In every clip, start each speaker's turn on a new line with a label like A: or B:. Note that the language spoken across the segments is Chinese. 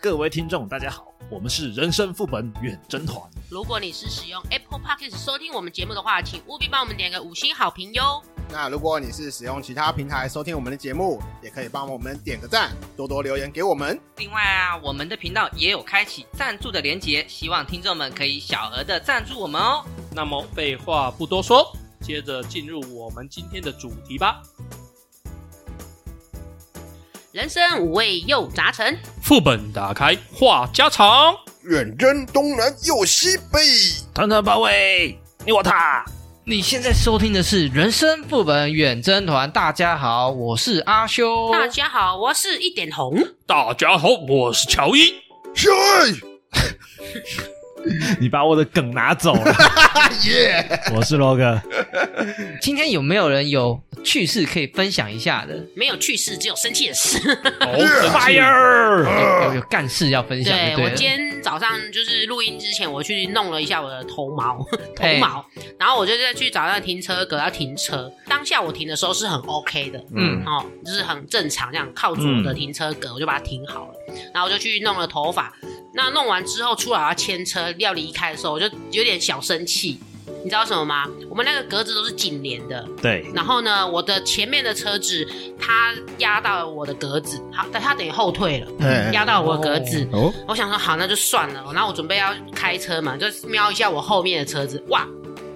A: 各位听众，大家好，我们是人生副本远征团。
B: 如果你是使用 Apple Podcast 收听我们节目的话，请务必帮我们点个五星好评哟。
C: 那如果你是使用其他平台收听我们的节目，也可以帮我们点个赞，多多留言给我们。
D: 另外啊，我们的频道也有开启赞助的连结，希望听众们可以小额的赞助我们哦。
E: 那么废话不多说，接着进入我们今天的主题吧。
B: 人生五味又杂陈，
E: 副本打开话家常，
C: 远征东南又西北，
A: 团团包围你我他，
D: 你现在收听的是《人生副本远征团》，大家好，我是阿修
B: 大家好，我是一点红，
E: 大家好，我是乔伊。
C: 是
A: 你把我的梗拿走 了。
C: 耶！
A: 我是罗哥，
D: 今天有没有人有趣事可以分享一下的？
B: 没有趣事，只有生气的 事。
E: 哦，生气
A: Fire！
D: 有有干事要分享
B: 对
D: 就对
B: 我
D: 了
B: 今天早上就是录音之前，我去弄了一下我的头毛，头
D: 哎
B: 毛，然后我就在去找那个停车格要停车。当下我停的时候是很 OK 的，
D: 嗯
B: 哦，就是很正常，这样
C: 嗯
B: 靠左的停车格，我就把它停好了，然后我就去弄了头发。那弄完之后出来要牵车要离开的时候，我就有点小生气，你知道什么吗？我们那个格子都是紧连的，
A: 对，
B: 然后呢，我的前面的车子它压到了我的格子，好，但它等于后退了。
C: 哎
B: 压到我的格子，
C: 哦，
B: 我想说好，那就算了。然后我准备要开车嘛，就瞄一下我后面的车子，哇，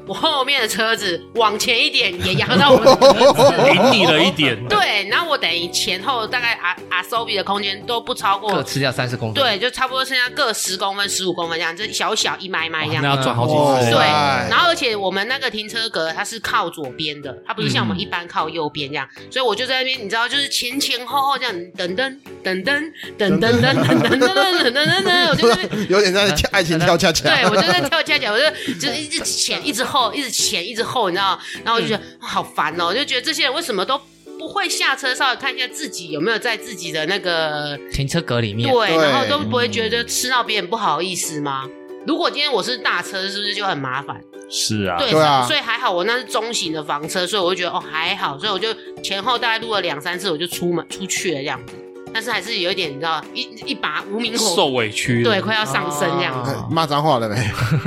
B: 我后面的车子往前一点也压到我的
D: 哦
B: 格子。
E: 赢你了一点。
B: 对，然后我等于前后大概阿阿 s o b i 的空间都不超
D: 哦各
B: 过，
D: 吃掉三十公分，
B: 对，就差不多剩下各十公分、十五公分这样，就小小一麦麦这
D: 哇，
B: 样
D: 那。要转好几
C: 哇
D: 次。
B: 对，
C: 塞
B: 然后而且我们那个停车格它是靠左边的，它不是像
D: 嗯
B: 我们一般靠右边这样，所以我就在那边，你知道，就是前前后后这样，噔噔噔噔噔噔噔噔噔噔噔噔噔噔，我就在那边
C: 有点像跳爱情跳恰恰。
B: 嗯 对，我就在跳恰恰，我就就一直前一直后，一直前一直后，你知道？然后我就觉得、哇好烦哦，我就觉得这些人为什么都不会下车，稍微看一下自己有没有在自己的那个
D: 停车格里面，
B: 对，
C: 对
B: 然后都不会觉得吃到别人不好意思吗？如果今天我是大车，是不是就很麻烦？
A: 是啊，
B: 对
C: 对啊
B: 所以还好我那是中型的房车，所以我就觉得哦还好，所以我就前后大概录了两三次，我就出门出去了这样子。但是还是有一点，你知道，一一把无名
E: 受
B: 火，
E: 委屈了
B: 对，快要上身这样子，
D: 哦
C: 骂脏话了没？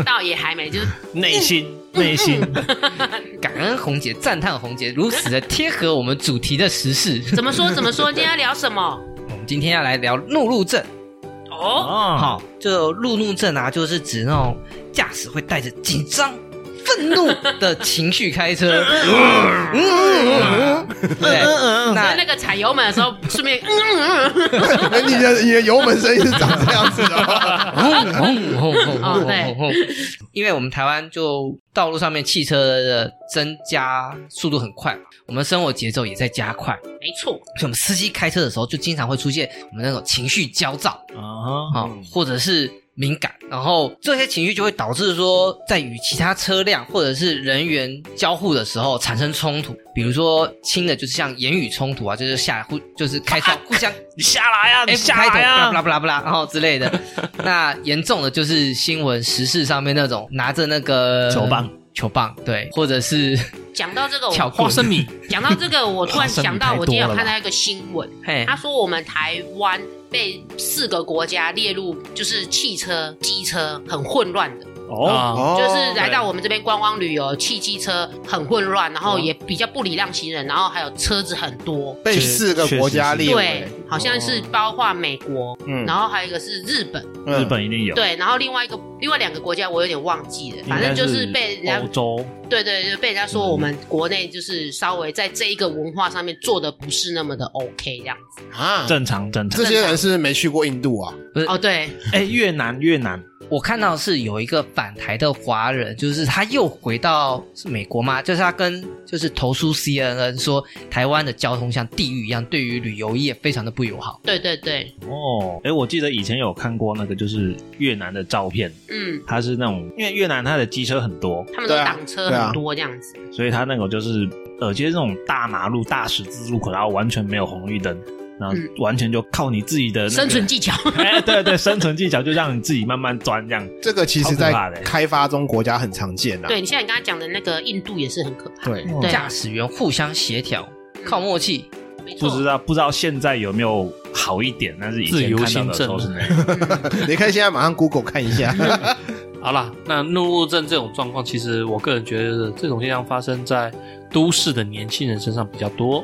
B: 倒也还没，就是
A: 内心内心，
D: 感恩红姐，赞叹红姐如此的贴合我们主题的时事。
B: 怎么说？怎么说？今天要聊什么？
D: 我们今天要来聊怒路症。
B: 哦，
A: 哦，
D: 好，啊就路怒症啊，就是指那种驾驶会带着紧张、愤怒的情绪开车。
B: 嗯
D: 嗯对，
B: 那
D: 那
B: 那个踩油门的时候，顺便，嗯
C: 哎你的你的油门声音是长这样子 的。
D: 轰轰轰轰
B: 嗯哦
D: 轰
B: 对
D: 轰轰！嗯因为我们台湾就道路上面汽车的增加速度很快嘛，我们生活节奏也在加快，
B: 没错，
D: 所以我们司机开车的时候就经常会出现我们那种情绪焦躁。
A: 啊，
D: 啊、或者是敏感，然后这些情绪就会导致说，在与其他车辆或者是人员交互的时候产生冲突，比如说轻的就是像言语冲突啊，就是下互就是开枪互相
A: 你下来
E: 啊哎
A: 呀，你
D: F
A: 下
D: 开头，
A: 来
D: 啦
A: 呀
D: 不，啦不啦不啦，然后之类的。那严重的就是新闻时事上面那种拿着那个
A: 球棒。
D: 球棒对，或者是
B: 讲到这个，
D: 巧
B: 我
D: 克力，
A: 米，
B: 讲到这个，我突然想到，我今天有看到一个新闻，
D: 嘿
B: 他，说我们台湾被四个国家列入就是汽车、机车很混乱的，
A: 哦，
E: 啊，
B: 就是来到我们这边观光旅游，汽机车很混乱，然后也比较不礼让行人，然后还有车子很多。
C: 被四个国家列
B: 对
C: 为，，
B: 好像是包括美国，
C: 嗯
B: 然后还有一个是日本，
A: 日
C: 日
A: 本一定有，
B: 对，然后另外一个另外两个国家我有点忘记了，反正就是被人
A: 欧
B: 家
A: 洲
B: 对对对，被人家说我们国内就是稍微在这一个文化上面做的不是那么的 OK 这样子。
C: 啊，
A: 正常正常
C: 这，些人是没去过印度啊？
B: 哦，对，
A: 哎，越南越南，
D: 我看到是有一个返台的华人，就是他又回到是美国吗？就是他跟就是投诉 CNN 说台湾的交通像地狱一样，对于旅游业非常的不友好。
B: 对对对，
A: 哦，哎，我记得以前有看过那个就是越南的照片，
B: 嗯，
A: 它是那种，因为越南它的机车很多，
B: 他们都
C: 对啊
B: 挡车很多这样子。
A: 所以它那种就是呃，就是那种大马路、大十字路口，然后完全没有红绿灯，然后
B: 嗯
A: 完全就靠你自己的、那个、
B: 生存。技巧，
A: 哎，对对，生存技巧就让你自己慢慢钻这样。
C: 这个其实
A: 超可怕
C: 在
A: 的
C: 开发中国家很常见啊。
B: 对你现在你刚才讲的那个印度也是很可怕，
C: 对
B: 对
D: 驾驶员互相协调，靠默契。
B: 没错
A: 不知道不知道现在有没有好一点，但是以
E: 自
A: 前
E: 由
A: 看到
E: 心
A: 的时候是
E: 证
A: 那样。
B: 嗯
C: 你可以现在马上 Google 看一下。
E: 好啦，那怒路症这种状况，其实我个人觉得这种现象发生在都市的年轻人身上比较多。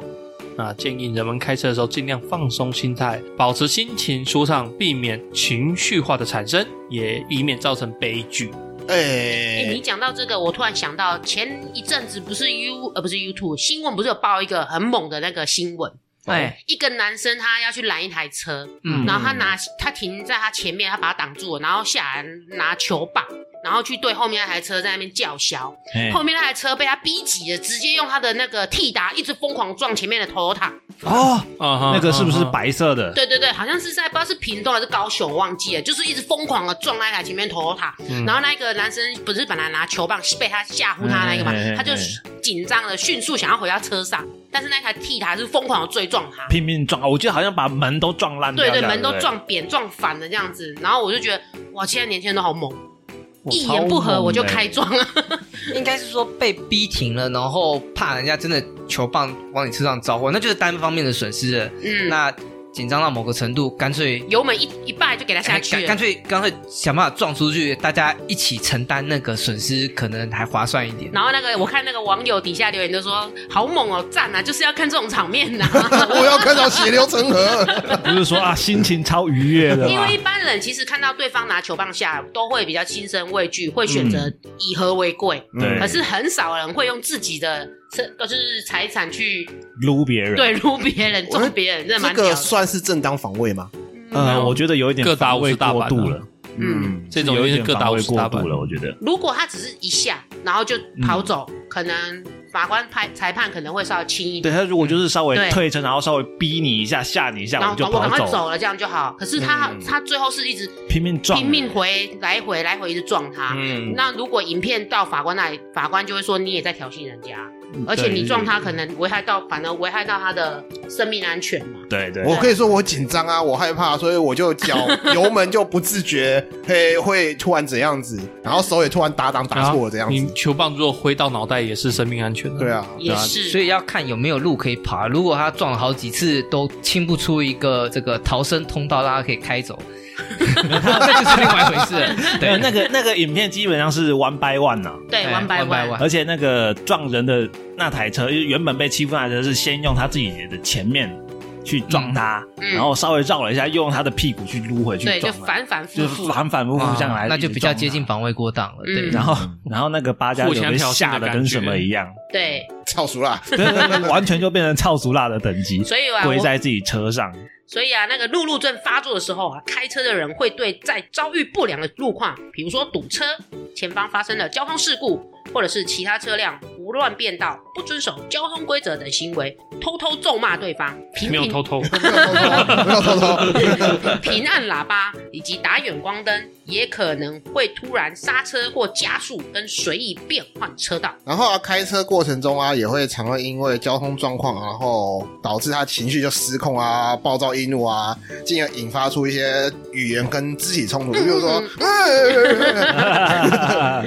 E: 那建议人们开车的时候尽量放松心态，保持心情舒畅，避免情绪化的产生，也以免造成悲剧。
C: 哎、
B: 哎、你讲到这个，我突然想到前一阵子不是 U 呃不是 YouTube 新闻不是有报一个很猛的那个新闻，
D: 哎，
B: 一个男生他要去拦一台车，
E: 嗯
B: 然后他拿他停在他前面，他把他挡住了，然后下来拿球棒，然后去对后面那台车在那边叫嚣，
E: 嗯
A: 嘿
B: 后面那台车被他逼急了，直接用他的那个 T 打一直疯狂撞前面的 Toyota。
A: 哦，
E: 啊哈
A: 那个是不是
E: 啊哈
A: 白色的？
B: 对对对，好像是在不知道是屏东还是高雄，我忘记了，就是一直疯狂的撞那台前面 Toyota，、
E: 嗯
B: 然后那个男生不是本来拿球棒被他吓唬他那个嘛，
E: 嗯
A: 哎哎哎
B: 他就紧张的迅速想要回到车上，但是那台 T 台是疯狂的追撞他。
A: 拼命撞，我记得好像把门都撞烂掉
B: 对
A: 这样，
B: 对，门都
A: 不
B: 撞扁、撞反了这样子，然后我就觉得哇，现在年轻人都好猛，哦
E: 我
B: 一
E: 超
B: 言不合
E: 猛
B: 我就
E: 的
B: 开撞啊！
D: 哦应该是说被逼停了，然后怕人家真的球棒往你车上招呼，那就是单方面的损失了。
B: 嗯，
D: 那紧张到某个程度，干脆
B: 油门一一拜就给他下
D: 干
B: 去
D: 哎干
B: 了
D: 干脆干脆想办法撞出去，大家一起承担那个损失，可能还划算一点。
B: 然后那个我看那个网友底下留言就说：“好猛哦，赞啊！就是要看这种场面啊呐、
C: 我要看到血流成河。
A: 不是说啊，心情超愉悦的
B: 因
A: 吗
B: 为？一般人其实看到对方拿球棒下，都会比较心生畏惧，会选择以和为贵。
C: 嗯
A: 对
B: 可是很少人会用自己的身，呃就是财产去
A: 撸别人，，
B: 对撸别人、
C: 我觉得
B: 撞别人，这
C: 这
B: 蛮屌的。
C: 个算是正当防卫吗？
A: 呃，我觉得有一点
E: 各打
A: 防卫
E: 五十大
A: 过
E: 板
A: 度
E: 啊
A: 了，
B: 嗯，
E: 这种
A: 有
E: 有
A: 一
E: 点
A: 点
E: 各打
A: 防
E: 五
A: 卫
E: 十大
A: 过
E: 板
A: 度了，我觉得。
B: 如果他只是一下，然后就跑走，可能法官判裁判可能会稍微轻一
A: 对
B: 点，
A: 他如果就是稍微
B: 嗯对
A: 退车，然后稍微逼你一下，吓你一下，
B: 然
A: 我
B: 后
A: 就
B: 我赶快
A: 跑走，
B: 走了，这样就好。可是他、
A: 嗯
B: 他最后是一直
A: 拼命撞，
B: 拼命回来回来回一直撞他。
A: 嗯，
B: 那如果影片到法官那里，法官就会说你也在挑衅人家，
A: 嗯
B: 而且你撞他可能危害到，反而危害到他的生命安全嘛。
A: 对对，
C: 我可以说我紧张啊，我害怕，所以我就脚油门就不自觉，嘿，会突然怎样子，然后手也突然打档打错了这样
E: 你
C: 子。
E: 球棒如果挥到脑袋也是生命安全的。
C: 对，啊，
B: 也是，
D: 所以要看有没有路可以爬。如果他撞了好几次都清不出一个这个逃生通道，让他可以开走，那就是另外一回事了。
A: 对
D: 对，
A: 那个那个影片基本上是 one by one 呐、
B: 对
D: 哎
B: one by
D: one by
B: one，
D: one
A: 而且那个撞人的那台车，因为原本被欺负那台车是先用他自己的前面去撞他，
B: 嗯
A: 然后稍微绕了一下，又用他的屁股去撸回去
B: 对，就
A: 撞他，
B: 反反复
A: 就
B: 复。
A: 反反复复这样来、
D: 那就比较接近。防卫过当了。对，
B: 嗯
A: 然后， 然后那个八加九
E: 互相
A: 被
E: 挑衅的
A: 吓得
E: 感
A: 跟
E: 觉
A: 什么一样，
B: 对，
C: 操熟啦，
A: 对对对，完全就变成操俗辣的等 级，
B: 所以啊，
A: 跪
B: 我
A: 在自己车上。
B: 所以啊，那个路怒症发作的时候啊，开车的人会对在遭遇不良的路况，比如说堵车、前方发生了交通事故，或者是其他车辆胡乱变道、不遵守交通规则等行为，偷偷咒骂对 方，频
E: 没有
B: 频
E: 偷偷。
C: 不要偷偷，不要偷偷。
B: 平按喇叭以及打远光灯，也可能会突然刹车或加速，跟随意变换车道。
C: 然后啊，开车过程中啊，也会常会因为交通状况，然后导致他情绪就失控啊，暴躁易怒啊，进而引发出一些语言跟肢体冲突，比如说，哎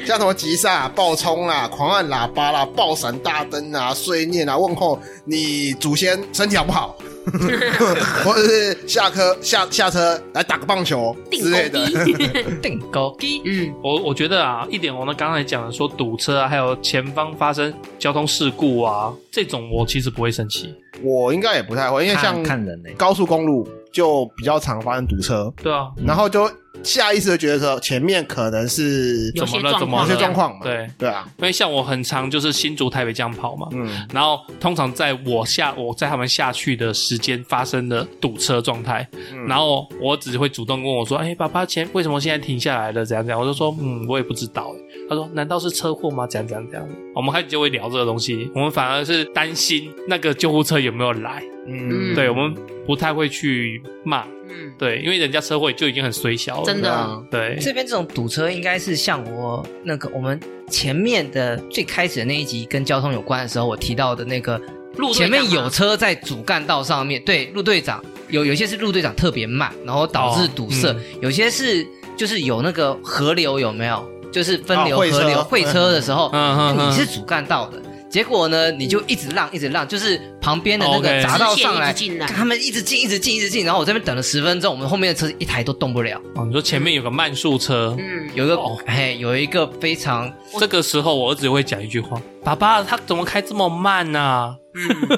C: 像什么急刹、暴冲啦、狂按喇叭啦、暴闪大灯啊、碎念啊、问候你祖先身体好不好， 或者是下课下下车来打个棒球之
B: 定
C: 类的。
B: 高低，
D: 定高低。
B: 嗯，
E: 我我觉得啊，一点我们刚才讲的说堵车啊，还有前方发生交通事故啊，这种我其实不会生气。
C: 我应该也不太会，因为像
A: 看看人呢、
C: 高速公路就比较常发生堵车，
E: 对啊，
D: 嗯
C: 然后就下意识的觉得说前面可能是
B: 有些
E: 怎么了
B: 状
E: 怎么
B: 况
C: 某
E: 了
C: 些状况嘛，
E: 对，
C: 对啊，
E: 因为像我很常就是新竹台北这样跑嘛，
C: 嗯，
E: 然后通常在我下我在他们下去的时间发生了堵车状态，
C: 嗯
E: 然后我只会主动跟我说：“哎、爸爸前为什么现在停下来了？怎样怎样？”我就说：“嗯，我也不知道。”他说：“难道是车祸吗？怎样怎样怎样？”我们开始就会聊这个东西，我们反而是担心那个救护车有没有来，
C: 嗯
B: 嗯
E: 对我们不太会去骂，
B: 嗯，
E: 对，因为人家车祸就已经很衰小了，
B: 真
C: 对
B: 的
C: 啊
E: 对，
D: 这边这种堵车应该是像我那个我们前面的最开始的那一集跟交通有关的时候，我提到的那个
B: 路
D: 前面有
B: 车，
D: 车在主干道上面，对，路队长有有些是路队长特别慢，然后导致堵塞，
E: 哦嗯
D: 有些是就是有那个河流有没有？就是分流
C: 哦会车
D: 河流会车的时候，哎
E: 嗯嗯嗯
D: 你是主干道的，结果呢你就一直让一直让，就是旁边的那
E: OK
D: 个
B: 嗯
D: 匝道上来，
B: 直线一直进来
D: 他们一直进，一直进，一直进，然后我这边等了十分钟，我们后面的车一台都动不了。
E: 哦，你说前面有个慢速车，
B: 嗯，
D: 有一个
E: 哦
D: 嘿，有一个非 常
E: 这个时候我儿子会讲一句话：“爸爸，他怎么开这么慢啊呐？
B: 嗯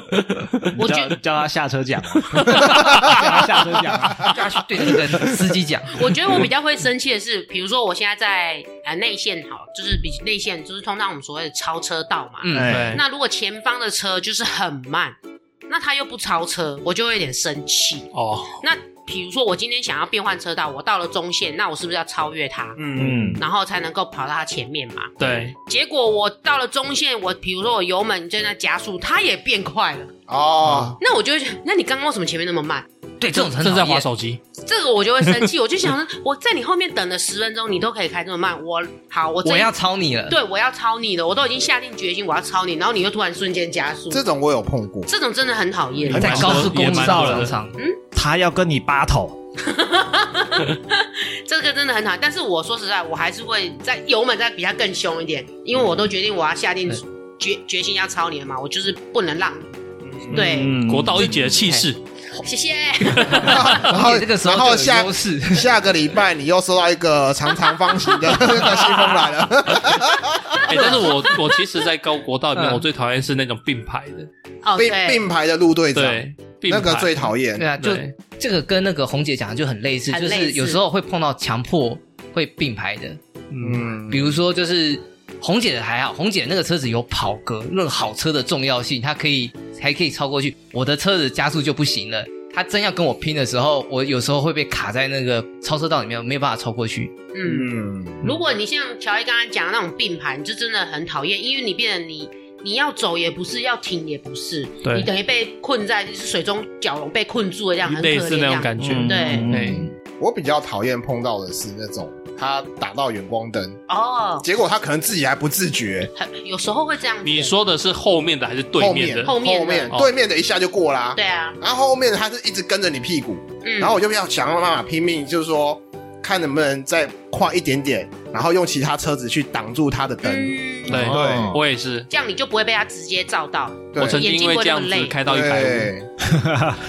B: 我觉
A: 叫叫他下车讲， 叫他下车讲啊。
D: 要去对那个司机 讲，
B: 我觉得我比较会生气的是，比如说我现在在呃内线好，就是比内线就是通常我们所谓的超车道嘛。
D: 嗯，
A: 哎
E: 对，
B: 那如果前方的车就是很慢，那他又不超车，我就会有点生气。
E: 哦，
B: 那比如说我今天想要变换车道，我到了中线，那我是不是要超越他，
C: 嗯，
A: 嗯，
B: 然后才能够跑到他前面嘛？
E: 对，
B: 结果我到了中线，我比如说我油门正在加速，它也变快了，
C: 哦，
B: 那我就会觉得，那你刚刚为什么前面那么慢？
D: 对，这种很
E: 正在
D: 讨
E: 划
D: 厌。
E: 手机，
B: 这个我就会生气，我就想说，我在你后面等了十分钟，你都可以开这么慢，我好，我这
D: 我要超你了，
B: 对我要超你的，我都已经下定决心我要超你，然后你又突然瞬间加速，
C: 这种我有碰 过，
B: 这种真的很讨厌。
D: 在高速公路
E: 也蛮
D: 上
E: 多的
D: 常常
A: 他要跟你八头，
B: 这个真的很好，但是我说实在，我还是会在油门再比他更凶一点，因为我都决定我要下定决决心要超你了嘛，我就是不能让你。对，
A: 嗯
E: 国道一姐的气势，
B: 谢谢。
C: 然
D: 而且这个时候
C: 然后
D: 就有
C: 下
D: 优势，
C: 下个礼拜你又收到一个长长方形的 那个信封来了，
E: 哎，但是我我其实，在高国道里面，
D: 嗯
E: 我最讨厌是那种并排的，
B: 哦，
C: 并
B: 对，
C: 并排的陆队长，
E: 对，并排
C: 那个最讨厌
D: 对。啊，就
E: 对
D: 这个跟那个红姐讲的就很类似，
B: 很
D: 就
B: 类
D: 是
B: 似
D: 有时候会碰到强迫会并排的，
E: 嗯，
C: 嗯
D: 比如说就是红姐的还好，红姐那个车子有跑格，论好车的重要性，它可以还可以超过去，我的车子加速就不行了。她真要跟我拼的时候，我有时候会被卡在那个超车道里面，没有办法超过去。
B: 嗯。
C: 嗯，
B: 如果你像乔伊刚刚讲的那种并排，你就真的很讨厌，因为你变成你你要走也不是，要停也不是，
E: 对
B: 你等于被困在就是水中蛟龙被困住了这样，很可
E: 类
B: 怜
E: 似
B: 这
E: 那种
B: 样。
E: 感觉，
A: 嗯
B: 对
E: 哎
C: 我比较讨厌碰到的是那种他打到远光灯，
B: 哦，
C: 结果他可能自己还不自觉，
B: 很有时候会这样子。
E: 你说的是后面的还是对
C: 后
E: 面的？
C: 后
B: 后面的
C: 面
E: 哦
C: 对面的一下就过啦，
B: 对啊，
C: 然后后面他是一直跟着你屁股，
B: 嗯，
C: 然后我就要想办法拼命，就是说看能不能再跨一点点，然后用其他车子去挡住他的灯。
B: 嗯，
E: 对
C: 哦
E: 我也是，
B: 这样你就不会被他直接照到。
C: 对
E: 我曾经因为这样子开到一百五。
C: 对，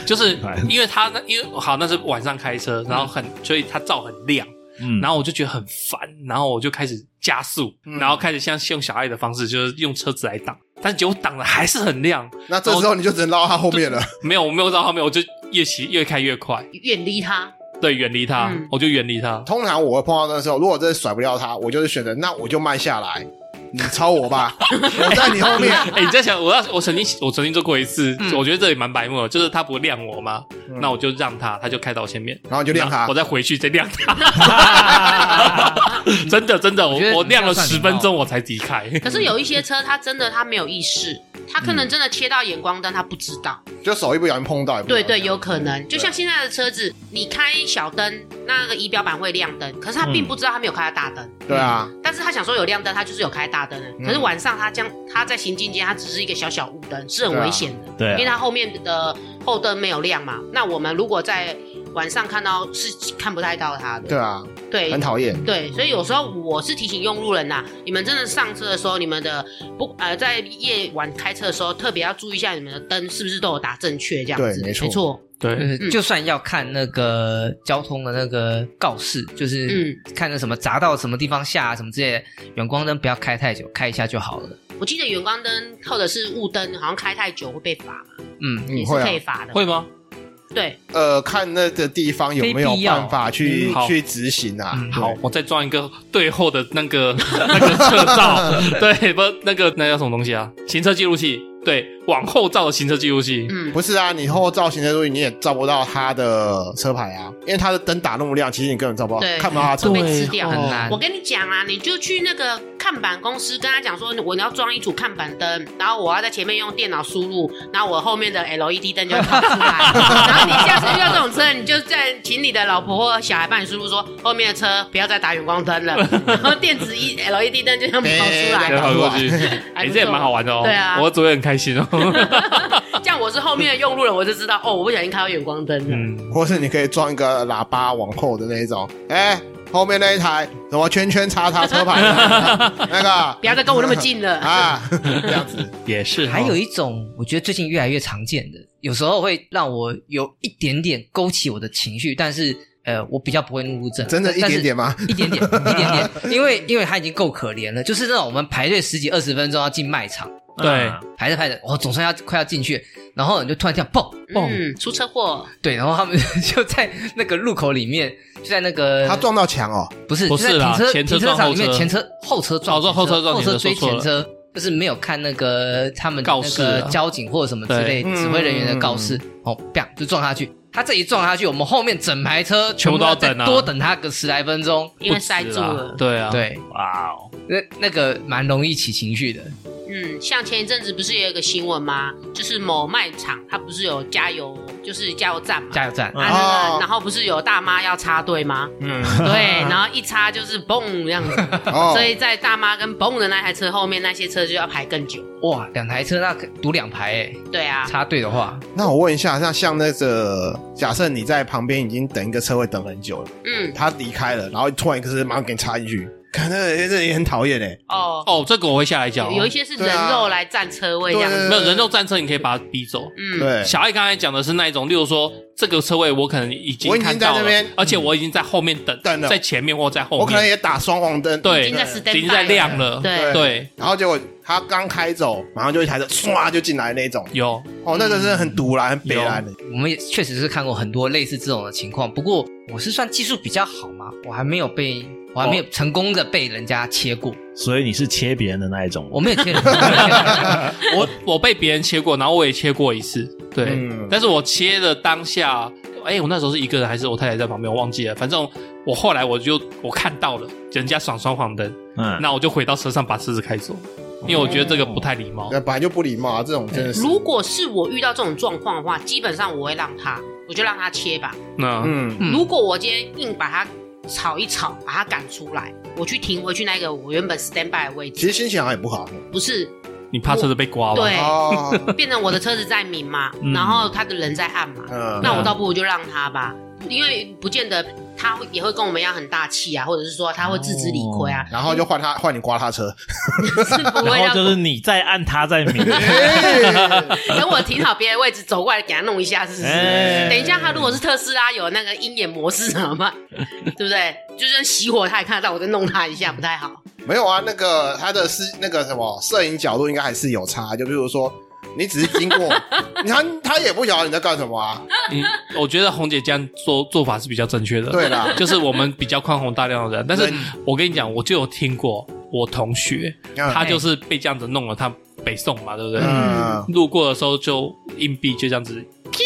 E: 就是因为他那因为好那是晚上开
C: 嗯
E: 车，然后很所以他照很亮，
A: 嗯
E: 然后我就觉得很烦，然后我就开始加速，
C: 嗯
E: 然后开始像用小爱的方式，就是用车子来挡，但结果挡的还是很亮，
C: 那这时候你就只能绕到他后面了。
E: 没有我没有到后面，我就越骑越开越快，
B: 远离他，
E: 对，远离他，
B: 嗯
E: 我就远离 他，
C: 通常我会碰到那时候，如果真的甩不掉他，我就是选择那我就慢下来，你超我吧，我在你后面。
E: 哎、你在想我要我曾经我曾经做过一次，
D: 嗯
E: 我觉得这也蛮白目的，就是他不亮我嘛，
C: 嗯
E: 那我就让他，他就开到我前面，
C: 然后你就亮
E: 然
C: 他
E: 后我，再回去再亮 他，真的真的，我
D: 我觉得
E: 我亮了
D: 你这样算
E: 十
D: 礼貌
E: 分钟我才离开，
B: 可是有一些车，他真的他没有意识，他可
E: 嗯
B: 能真的切到眼光灯，他不知道。
C: 就手一不小心碰到也不知
B: 对
C: 道。
B: 对，有可
E: 嗯
B: 能。就像现在的车子，你开小灯，那个仪表板会亮灯，可是他
E: 嗯
B: 并不知道他没有开到大灯。
C: 对啊，
B: 但是他想说有亮灯，他就是有开大灯的。
C: 嗯
B: 可是晚上他将他在行进间，他只是一个小小雾灯，是很危险的，
A: 对
B: 因为
A: 啊，
B: 他后面的后灯没有亮嘛。那我们如果在晚上看到是看不太到他的，
C: 对啊，
B: 对
C: 很讨厌。
B: 对，所以有时候我是提醒用路人呐、你们真的上车的时候，你们的不呃在夜晚开车的时候，特别要注意一下你们的灯是不是都有打正确这样
C: 对
B: 子，
C: 没错
B: 没错，
E: 对。
D: 呃，
C: 嗯
D: 就算要看那个交通的那个告示，
C: 嗯
B: 嗯
D: 就是看那什么匝道什么地方下、啊、什么之类的，远光灯不要开太久，开一下就好了。
B: 我记得远光灯或者是雾灯，好像开太久会被罚嘛，
D: 嗯，
C: 你
B: 也是
C: 会
B: 可以
C: 啊？
B: 罚的。
E: 会吗？
B: 对，
C: 呃，看那个地方有没有
D: 非必要
C: 办法去
E: 嗯好
C: 去执行啊？
D: 嗯
E: 好，我再装一个对后的那个 那个侧 照，对，不，那个那叫什么东西啊？行车记录器，对，往后照的行车记录器。
B: 嗯，
C: 不是啊，你后造型的东西你也照不到他的车牌啊，因为他的灯打那么亮，其实你根本照不到，
B: 对
C: 看不到他车
B: 会
C: 牌。
B: 被吃掉。
D: 很难
B: 我跟你讲啊，你就去那个看板公司跟他讲说，我要装一组看板灯，然后我要在前面用电脑输入，然后我后面的 LED 灯就会跑出来。然后你下次遇到这种车，你就再请你的老婆或小孩帮你输入说，后面的车不要再打远光灯了，然后电子一 LED 灯就这样跑出
E: 对，
B: 来。
E: 跑过去，
B: 还
E: 哎，
B: 不
E: 这也
B: 错
E: 蛮好玩的哦。
B: 对啊
E: 我只会很开 心哦。
B: 这样我是后面的用路人，我就知道哦，我不小心开到远光灯了。
E: 嗯，
C: 或是你可以装一个喇叭往后的那一种，哎、后面那一台什么圈圈叉叉车牌那个
B: 不要再跟我那么近了。
C: 啊，这样子
E: 也是哦，
D: 还有一种，我觉得最近越来越常见的，有时候会让我有一点点勾起我的情绪，但是呃，我比较不会怒路 症，
C: 真的一
D: 但是
C: 点点吗？
D: 一点点，一点点，因为因为他已经够可怜了，就是那种我们排队十几二十分钟要进卖场，
E: 对
A: 啊
D: 排着排着，我、总算要快要进去，然后你就突然这样蹦蹦，
B: 嗯，出车祸，
D: 对，然后他们就在那个路口里面，就在那个
C: 他撞到墙哦，
D: 不是
E: 不
D: 就在
E: 是啦
D: 停车
E: 前车
D: 停车
E: 撞
D: 场
E: 后
D: 里面
E: 车
D: 前车后车撞
E: 哦撞
D: 前
E: 后车撞
D: 后
E: 前车
D: 车追
E: 说错
D: 前
E: 了
D: 车，就是没有看那个他们的
E: 告
D: 那
E: 示
D: 个
E: 啊嗯
D: 交警或者什么之类
C: 对
D: 指挥人员的告示，哦，砰就撞下去。他这一撞下去，我们后面整排车
E: 全部都
D: 要
E: 要
D: 再
E: 等啊
D: 多等他个十来分钟。
B: 因为塞住了。
E: 对啊，，
D: 对，
A: 哇哦，
D: 那那个蛮容易起情绪的。
B: 嗯，像前一阵子不是也有一个新闻吗？就是某卖场，它不是有加油，就是加油站嘛。
D: 加油站，
B: 啊，
A: 嗯
B: 那个
C: 哦
B: 然后不是有大妈要插队吗？
A: 嗯，
B: 对，然后一插就是嘣这样子，
C: 哦
B: 所，以在大妈跟嘣的那台车后面，那些车就要排更久。
D: 哇，两台车那可堵两排哎，
B: 对啊，
D: 插队的话，
C: 那我问一下，那像那个，假设你在旁边已经等一个车位等很久了，
B: 嗯，
C: 他离开了，然后突然一个车马上给你插进去，看那个这也很讨厌哎，
B: 哦，
E: 哦，这个我会下来讲
B: 有
E: 哦，
B: 有一些是
C: 对啊
B: 人肉来占车位这样
C: 对
B: 子。
E: 没有人肉战车，你可以把它逼走。
B: 嗯，
C: 对，
E: 小爱刚才讲的是那一种，例如说这个车位我可能已经
C: 我已经
E: 看到
C: 在
E: 了
C: 那边
E: 而且我已经在后面等，
C: 等了
E: 在前面或在后面，
C: 我可能也打双黄灯，
E: 啊对
B: 已经在 stand
E: 已经在亮了，
B: 对，
E: 对，
C: 然后结果他刚开走，马上就一台车唰就进来那种，
E: 有
C: 哦，那个真的很堵然，很北然的，
D: 我们也确实是看过很多类似这种的情况。不过我是算技术比较好嘛，我还没有被，
E: 哦
D: 我还没有成功的被人家切过，
A: 所以你是切别人的那一种，
D: 我没有切人 家。
E: 我我被别人切过，然后我也切过一次，对，
C: 嗯
E: 但是我切的当下，哎、我那时候是一个人还是我太太在旁边，我忘记了，反正我后来我就我看到了人家闯双黄灯，
A: 嗯，
E: 那我就回到车上把车子开走，因为我觉得这个不太礼貌。
C: 那本来就不礼貌啊，这种真的是，
B: 如果是我遇到这种状况的话，基本上我会让他，我就让他切吧。
E: 那、
C: 嗯，
D: 嗯
B: 如果我今天硬把他吵一吵，把他赶出来，我去停回去那个我原本 stand by 的位
C: 其
B: 置，
C: 实心情好像也不好，
B: 不是
E: 你怕车子被刮吧？
B: 对
C: 哦，
B: 变成我的车子在明嘛，
E: 嗯
B: 然后他的人在暗嘛，
C: 嗯，
B: 那我倒不如就让他吧，因为不见得他会也会跟我们一样很大气啊，或者是说他会自知理亏啊，
C: 然后就换他换你刮他车，
B: 是不会
A: 哦 然
B: 让
A: 后就是你在按他在 明，
B: 等我停好别人位置走过来给他弄一下试 试。
A: 哎
B: 等一下，他如果是特斯拉有那个鹰眼模式怎么 办？对不对？就算熄火他也看得到，我再弄他一下不太好。
C: 没有啊，那个他的是那个什么摄影角度应该还是有差，就比如说你只是经过，你他他也不晓得你在干什么啊，
E: 嗯，我觉得红姐这样做做法是比较正确的。
C: 对啦
E: 就是我们比较宽宏大量的人，但是
C: 对
E: 我跟你讲，我就有听过我同学，他就是被这样子弄了，他北宋嘛，对不对？
D: 啊
C: 嗯，
E: 路过的时候就硬币就这样子，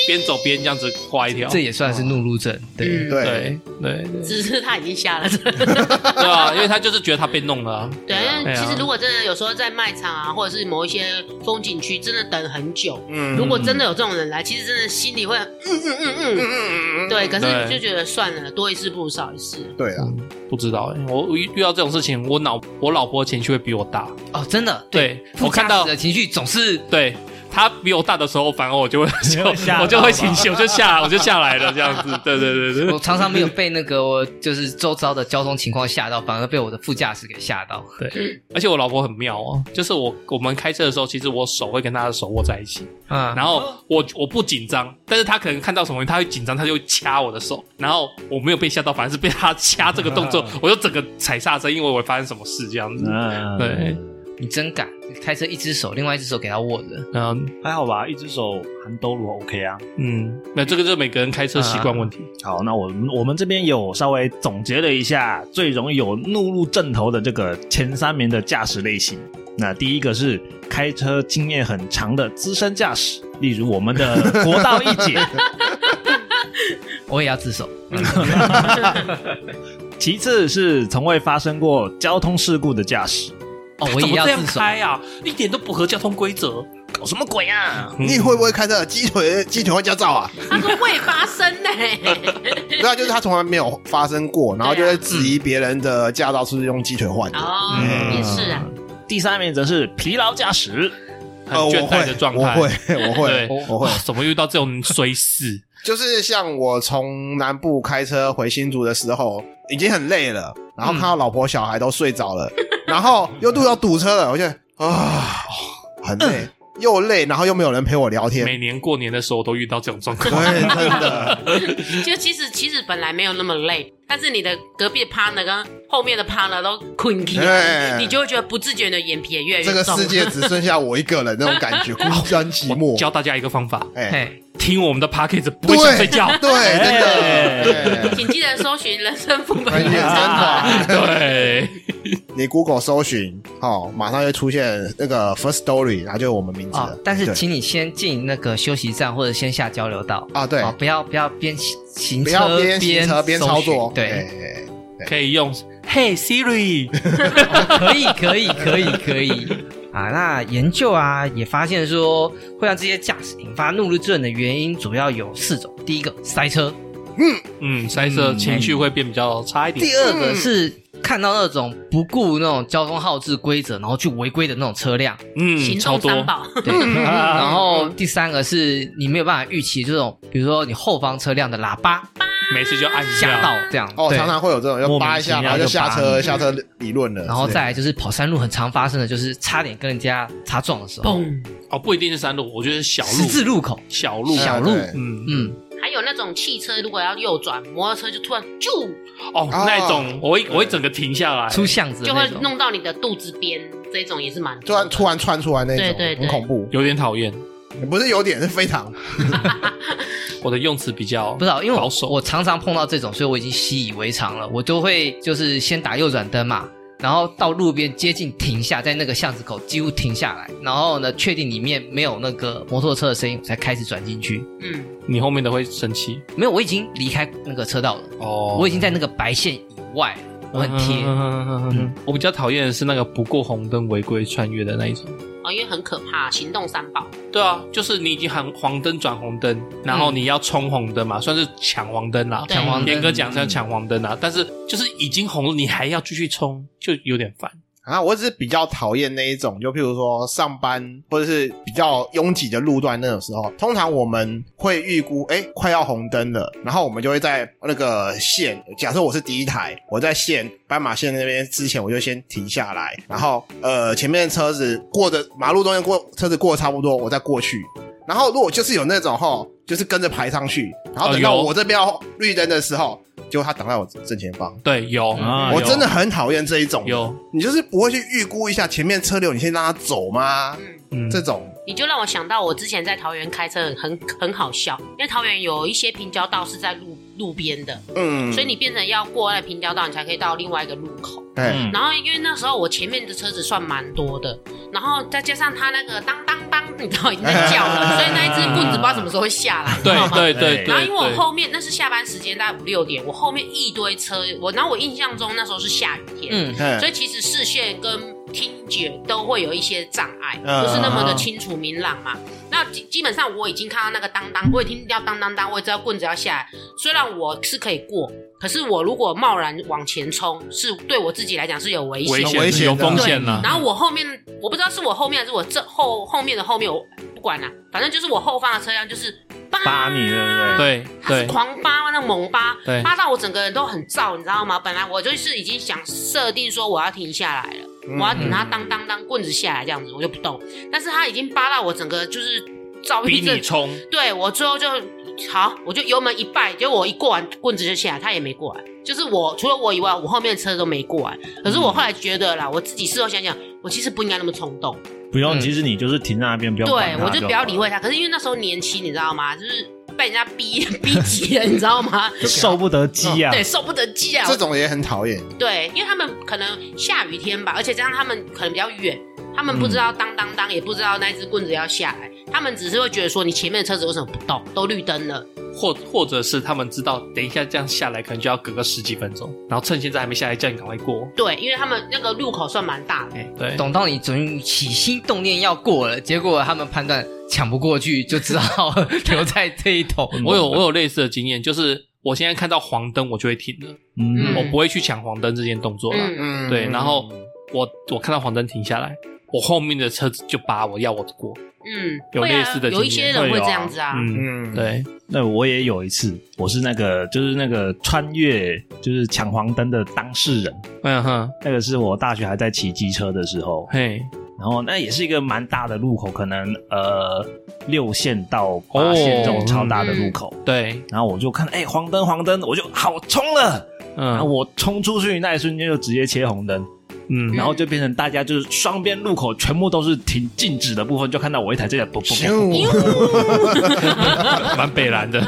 E: 边走边这样子画一条。
D: 这
E: 对
D: 也算是怒路症，对，
B: 嗯，
C: 对，
E: 对对对
B: 只是他已经下了车。
E: 啊，因为他就是觉得他被弄了啊。
B: 对，
E: 对
B: 但
E: 啊
B: 其实如果真的有时候在卖场啊，或者是某一些风景区，真的等很久。
C: 嗯
B: 如果真的有这种人来，其实真的心里会很嗯嗯嗯嗯，
C: 嗯
B: 对。可是
E: 对
B: 就觉得算了，多一事不如少一事。
C: 对啊，
E: 不知道哎、我遇遇到这种事情，我脑我老婆情绪会比我大。
D: 哦，真的，
E: 对
D: 副
E: 我看到
D: 驾驶的情绪总是
E: 对他比我大的时候，反而我 就会
A: 你会吓到啊
E: 我就会情绪，我就下 我就下来了这样 子。对对对
D: 我
E: 对
D: 常常没有被那个我就是周遭的交通情况吓到，反而被我的副驾驶给吓到。嗯
E: 对，而且我老婆很妙哦，就是我我们开车的时候，其实我手会跟她的手握在一起，
D: 嗯，
E: 然后我我不紧张，但是她可能看到什么，她会紧张，她就会掐我的手，然后我没有被吓到，反而是被她掐这个动 作，我就整个踩刹车，因为我会发生什么事这样子。
A: 嗯，
E: 对，
D: 你真敢开车，一只手，另外一只手给他握着。
E: 嗯
A: 还好吧，一只手含兜如 OK 啊。
E: 嗯，那这个就是每个人开车习惯问题。
D: 嗯
A: 好，那我们我们这边有稍微总结了一下最容易有怒路症头的这个前三名的驾驶类型。那第一个是开车经验很长的资深驾驶，例如我们的国道一 姐。
D: 我也要自首。
A: 其次是从未发生过交通事故的驾驶，
D: 哦，我也 要
E: 怎么这
D: 自
E: 样
D: 首。
E: 开啊，一点都不合交通规则。 嗯
A: 搞什么鬼啊？
C: 你会不会开车？鸡腿鸡腿会驾照啊？
B: 他说未发生呢、
C: 对啊，就是他从来没有发生过，然后就会质疑别人的驾照是不是用鸡腿换 的。
B: 哦，
A: 嗯
B: 也是啊，
A: 第三名则是疲劳驾驶，
E: 很
C: 呃，我
E: 倦怠
C: 会
E: 的状
C: 我
E: 态。
C: 会，我会
E: 对，，
C: 我会
E: 哇。怎么遇到这种衰事？
C: 就是像我从南部开车回新竹的时候，已经很累了，然后看到老婆小孩都睡着了， 然后又路要堵车了，我就啊，很累，又累，然后又没有人陪我聊天，
E: 每年过年的时候都遇到这种状况。
C: 对，真的，
B: 就其实其实本来没有那么累，但是你的隔壁的 partner 跟后面的 partner 都困起
C: 哎
B: 来，你就会觉得不自觉你的眼皮也越来越
C: 这
B: 重。
C: 个世界只剩下我一个人，那种感觉孤单寂
E: 我
C: 寞。
E: 教大家一个方法，
C: 哎，
D: 嘿，
E: 听我们的 p a c k a g e 不会想睡觉。
C: 对，真
A: 哎
C: 的，哎对
B: 请记得搜寻人生副 本
C: 很简单
B: 啊。
C: 吧？
E: 对，
C: 你 Google 搜寻，哦，马上就出现那个 First Story，然后就是我们名字
D: 啊
C: 了。，
D: 但是
C: 哎对
D: 请你先进那个休息站或者先下交流道
C: 啊对
D: 啊，不要不要边行行
C: 不要
D: 车
C: 边行车边
D: 搜
C: 操
D: 寻
C: 作，
D: 对，
C: 哎
E: 可以用 Hey Siri。
D: 可以可以可以可以 啊。那研究啊也发现说，会让这些驾驶引发怒路症的原因主要有四种：第一个塞车，
E: 嗯，塞车
D: 嗯
E: 情绪会变比较差一点。
D: 第二个嗯是看到那种不顾那种交通号志规则，然后去违规的那种车辆，
E: 嗯，
B: 行
E: 超
B: 动
E: 多。
B: 三宝，
D: 对。
E: 啊
D: 然后第三个是你没有办法预期这种，比如说你后方车辆的喇叭
E: 没事就按一
D: 吓
E: 下。
D: 到这样，
C: 哦，
D: 对
C: 常常会有这种，就扒一
A: 莫名其妙
C: 下，然后就下
A: 就扒
C: 车，
A: 你
C: 下车理论了，
D: 然后
C: 是
D: 再来就是跑山路很常发生的，就是差点跟人家擦撞的时候，
B: 嘣！
E: 哦，不一定是山路，我觉得是小
D: 十字
E: 路，
D: 路口，
E: 小路，
D: 小
C: 对
D: 路
C: 对
E: 嗯，
D: 嗯，
B: 还有那种汽车如果要右转，摩托车就突然啾
E: 哦，那种我会我会整个停下来，
D: 啊出巷子的
B: 就会
D: 那种，
B: 弄到你的肚子边，这种也是蛮
C: 啊突然突然窜出来那
B: 对
C: 种，
B: 对对
C: 很恐怖，
E: 有点讨厌。
C: 不是有点是非常，
E: 我的用词比较
D: 不知道，因为
E: 保
D: 我
E: 守。
D: 我常常碰到这种，所以我已经习以为常了，我都会就是先打右转灯嘛。然后到路边接近停下，在那个巷子口几乎停下来，然后呢，确定里面没有那个摩托车的声音，我才开始转进去。
B: 嗯，
E: 你后面的会生气
D: 没有，我已经离开那个车道了，
E: 哦
D: 我已经在那个白线以外，我很贴。
E: 嗯我比较讨厌的是那个不过红灯违规穿越的那一种。
B: 哦，因为很可怕，行动三宝。
E: 对啊，就是你已经喊黄灯转红灯，然后你要冲红灯嘛，算是抢黄灯啦。
B: 嗯对
D: 抢黄灯
E: 严格讲是要抢黄灯啦，但是就是已经红了，你还要继续冲，就有点烦。
C: 啊，我只是比较讨厌那一种，就譬如说上班或者是比较拥挤的路段那种时候，通常我们会预估，哎、快要红灯了，然后我们就会在那个线，假设我是第一台，我在线斑马线那边之前，我就先停下来，然后呃，前面的车子过的马路中间过车子过得差不多，我再过去。然后如果就是有那种吼，就是跟着排上去，然后等到
E: 哦有
C: 我这边要绿灯的时候，结果他挡在我正前方，
E: 对，有，
B: 嗯
A: 啊
C: 我
E: 有
C: 真的很讨厌这一种的。
E: 有，
C: 你就是不会去预估一下前面车流，你先让他走吗？
B: 嗯，
E: 嗯
C: 这种
B: 你就让我想到我之前在桃园开车很很很好笑，因为桃园有一些平交道是在路路边的，
C: 嗯，
B: 所以你变成要过那平交道，你才可以到另外一个路口。
A: 嗯
C: 哎，
B: 然后因为那时候我前面的车子算蛮多的，然后再加上它那个当当当，你知道已经在叫了，所以那一只棍子不知道什么时候会下来，你知
E: 对
B: 道吗？
E: 对对对。
B: 然后因为我
E: 对
B: 后面那是下班时间，大概五六点，我后面一堆车，我然后我印象中那时候是下雨天，
D: 嗯，
C: 哎
B: 所以其实视线跟听觉都会有一些障碍，
C: 嗯
B: 不是那么的清楚明朗嘛。那基基本上我已经看到那个当当，我也听到当当当，我也知道棍子要下来。虽然我是可以过，可是我如果贸然往前冲，是对我自己来讲是有危险
E: 危
B: 的。
E: 险
C: 危险
E: 有
C: 的
E: 风险
B: 对
E: 了。
B: 然后我后面，我不知道是我后面还是我这后后面的后面，我不管了、反正就是我后方的车辆就是
A: 扒你，对不对？
E: 对
B: 他是
E: 对
B: 狂扒那猛扒
E: 对，
B: 扒到我整个人都很燥，你知道吗？本来我就是已经想设定说我要停下来了，
C: 嗯
B: 我要等他当当当棍子下来这样子，我就不动。但是他已经扒到我整个就是躁郁
E: 逼
B: 症
E: 你，冲，
B: 对我最后就好，我就油门一拜，结果我一过完棍子就下来，他也没过来。就是我除了我以外，我后面的车都没过来。可是我后来觉得啦，我自己事后想想，我其实不应该那么冲动。
A: 不用，
D: 嗯
A: 其实你就是停在那边，不用管
B: 对
A: 它，
B: 我就不要理会
A: 好
B: 他。可是因为那时候年轻，你知道吗？就是被人家逼 逼急了，你知道吗？
A: 了，受不得鸡啊！
B: 对，受不得激啊！
C: 嗯这种也很讨厌。
B: 对，因为他们可能下雨天吧，而且加上他们可能比较远，他们不知道当当当，也不知道那只棍子要下来，他们只是会觉得说你前面的车子为什么不动，都绿灯了。
E: 或或者是他们知道，等一下这样下来可能就要隔个十几分钟，然后趁现在还没下来，叫你赶快过。
B: 对，因为他们那个路口算蛮大的。
E: 对，
D: 等到你准起心动念要过了，结果他们判断抢不过去，就只好 留在这一头。
E: 我有我有类似的经验，就是我现在看到黄灯我就会停了，
A: 嗯
B: 嗯
E: 我不会去抢黄灯这件动作了。
B: 嗯，
C: 嗯
E: 对，然后我我看到黄灯停下来，我后面的车子就把我要我过，
B: 嗯，
E: 有
B: 会啊
E: 类似的
B: 有一
E: 经
B: 些
E: 验
B: 人
A: 会
B: 会
A: 有
B: 这
A: 啊
B: 样子啊，
E: 嗯，
C: 嗯，
E: 对，
A: 那我也有一次，我是那个就是那个穿越就是抢黄灯的当事人，
E: 嗯哼，
A: 那个是我大学还在骑机车的时候，
E: 嘿，
A: 然后那也是一个蛮大的路口，可能呃六线到八线这种超大的路口，
E: 对，
A: 然后我就看哎、黄灯黄灯，我就好冲了，然后
E: 嗯
A: 啊我冲出去那一瞬间就直接切红灯，
E: 嗯，
A: 然后就变成大家就是双边路口全部都是停禁止的部分，就看到我一台这台不不
C: 行，
A: 不，
E: 蛮北蓝的，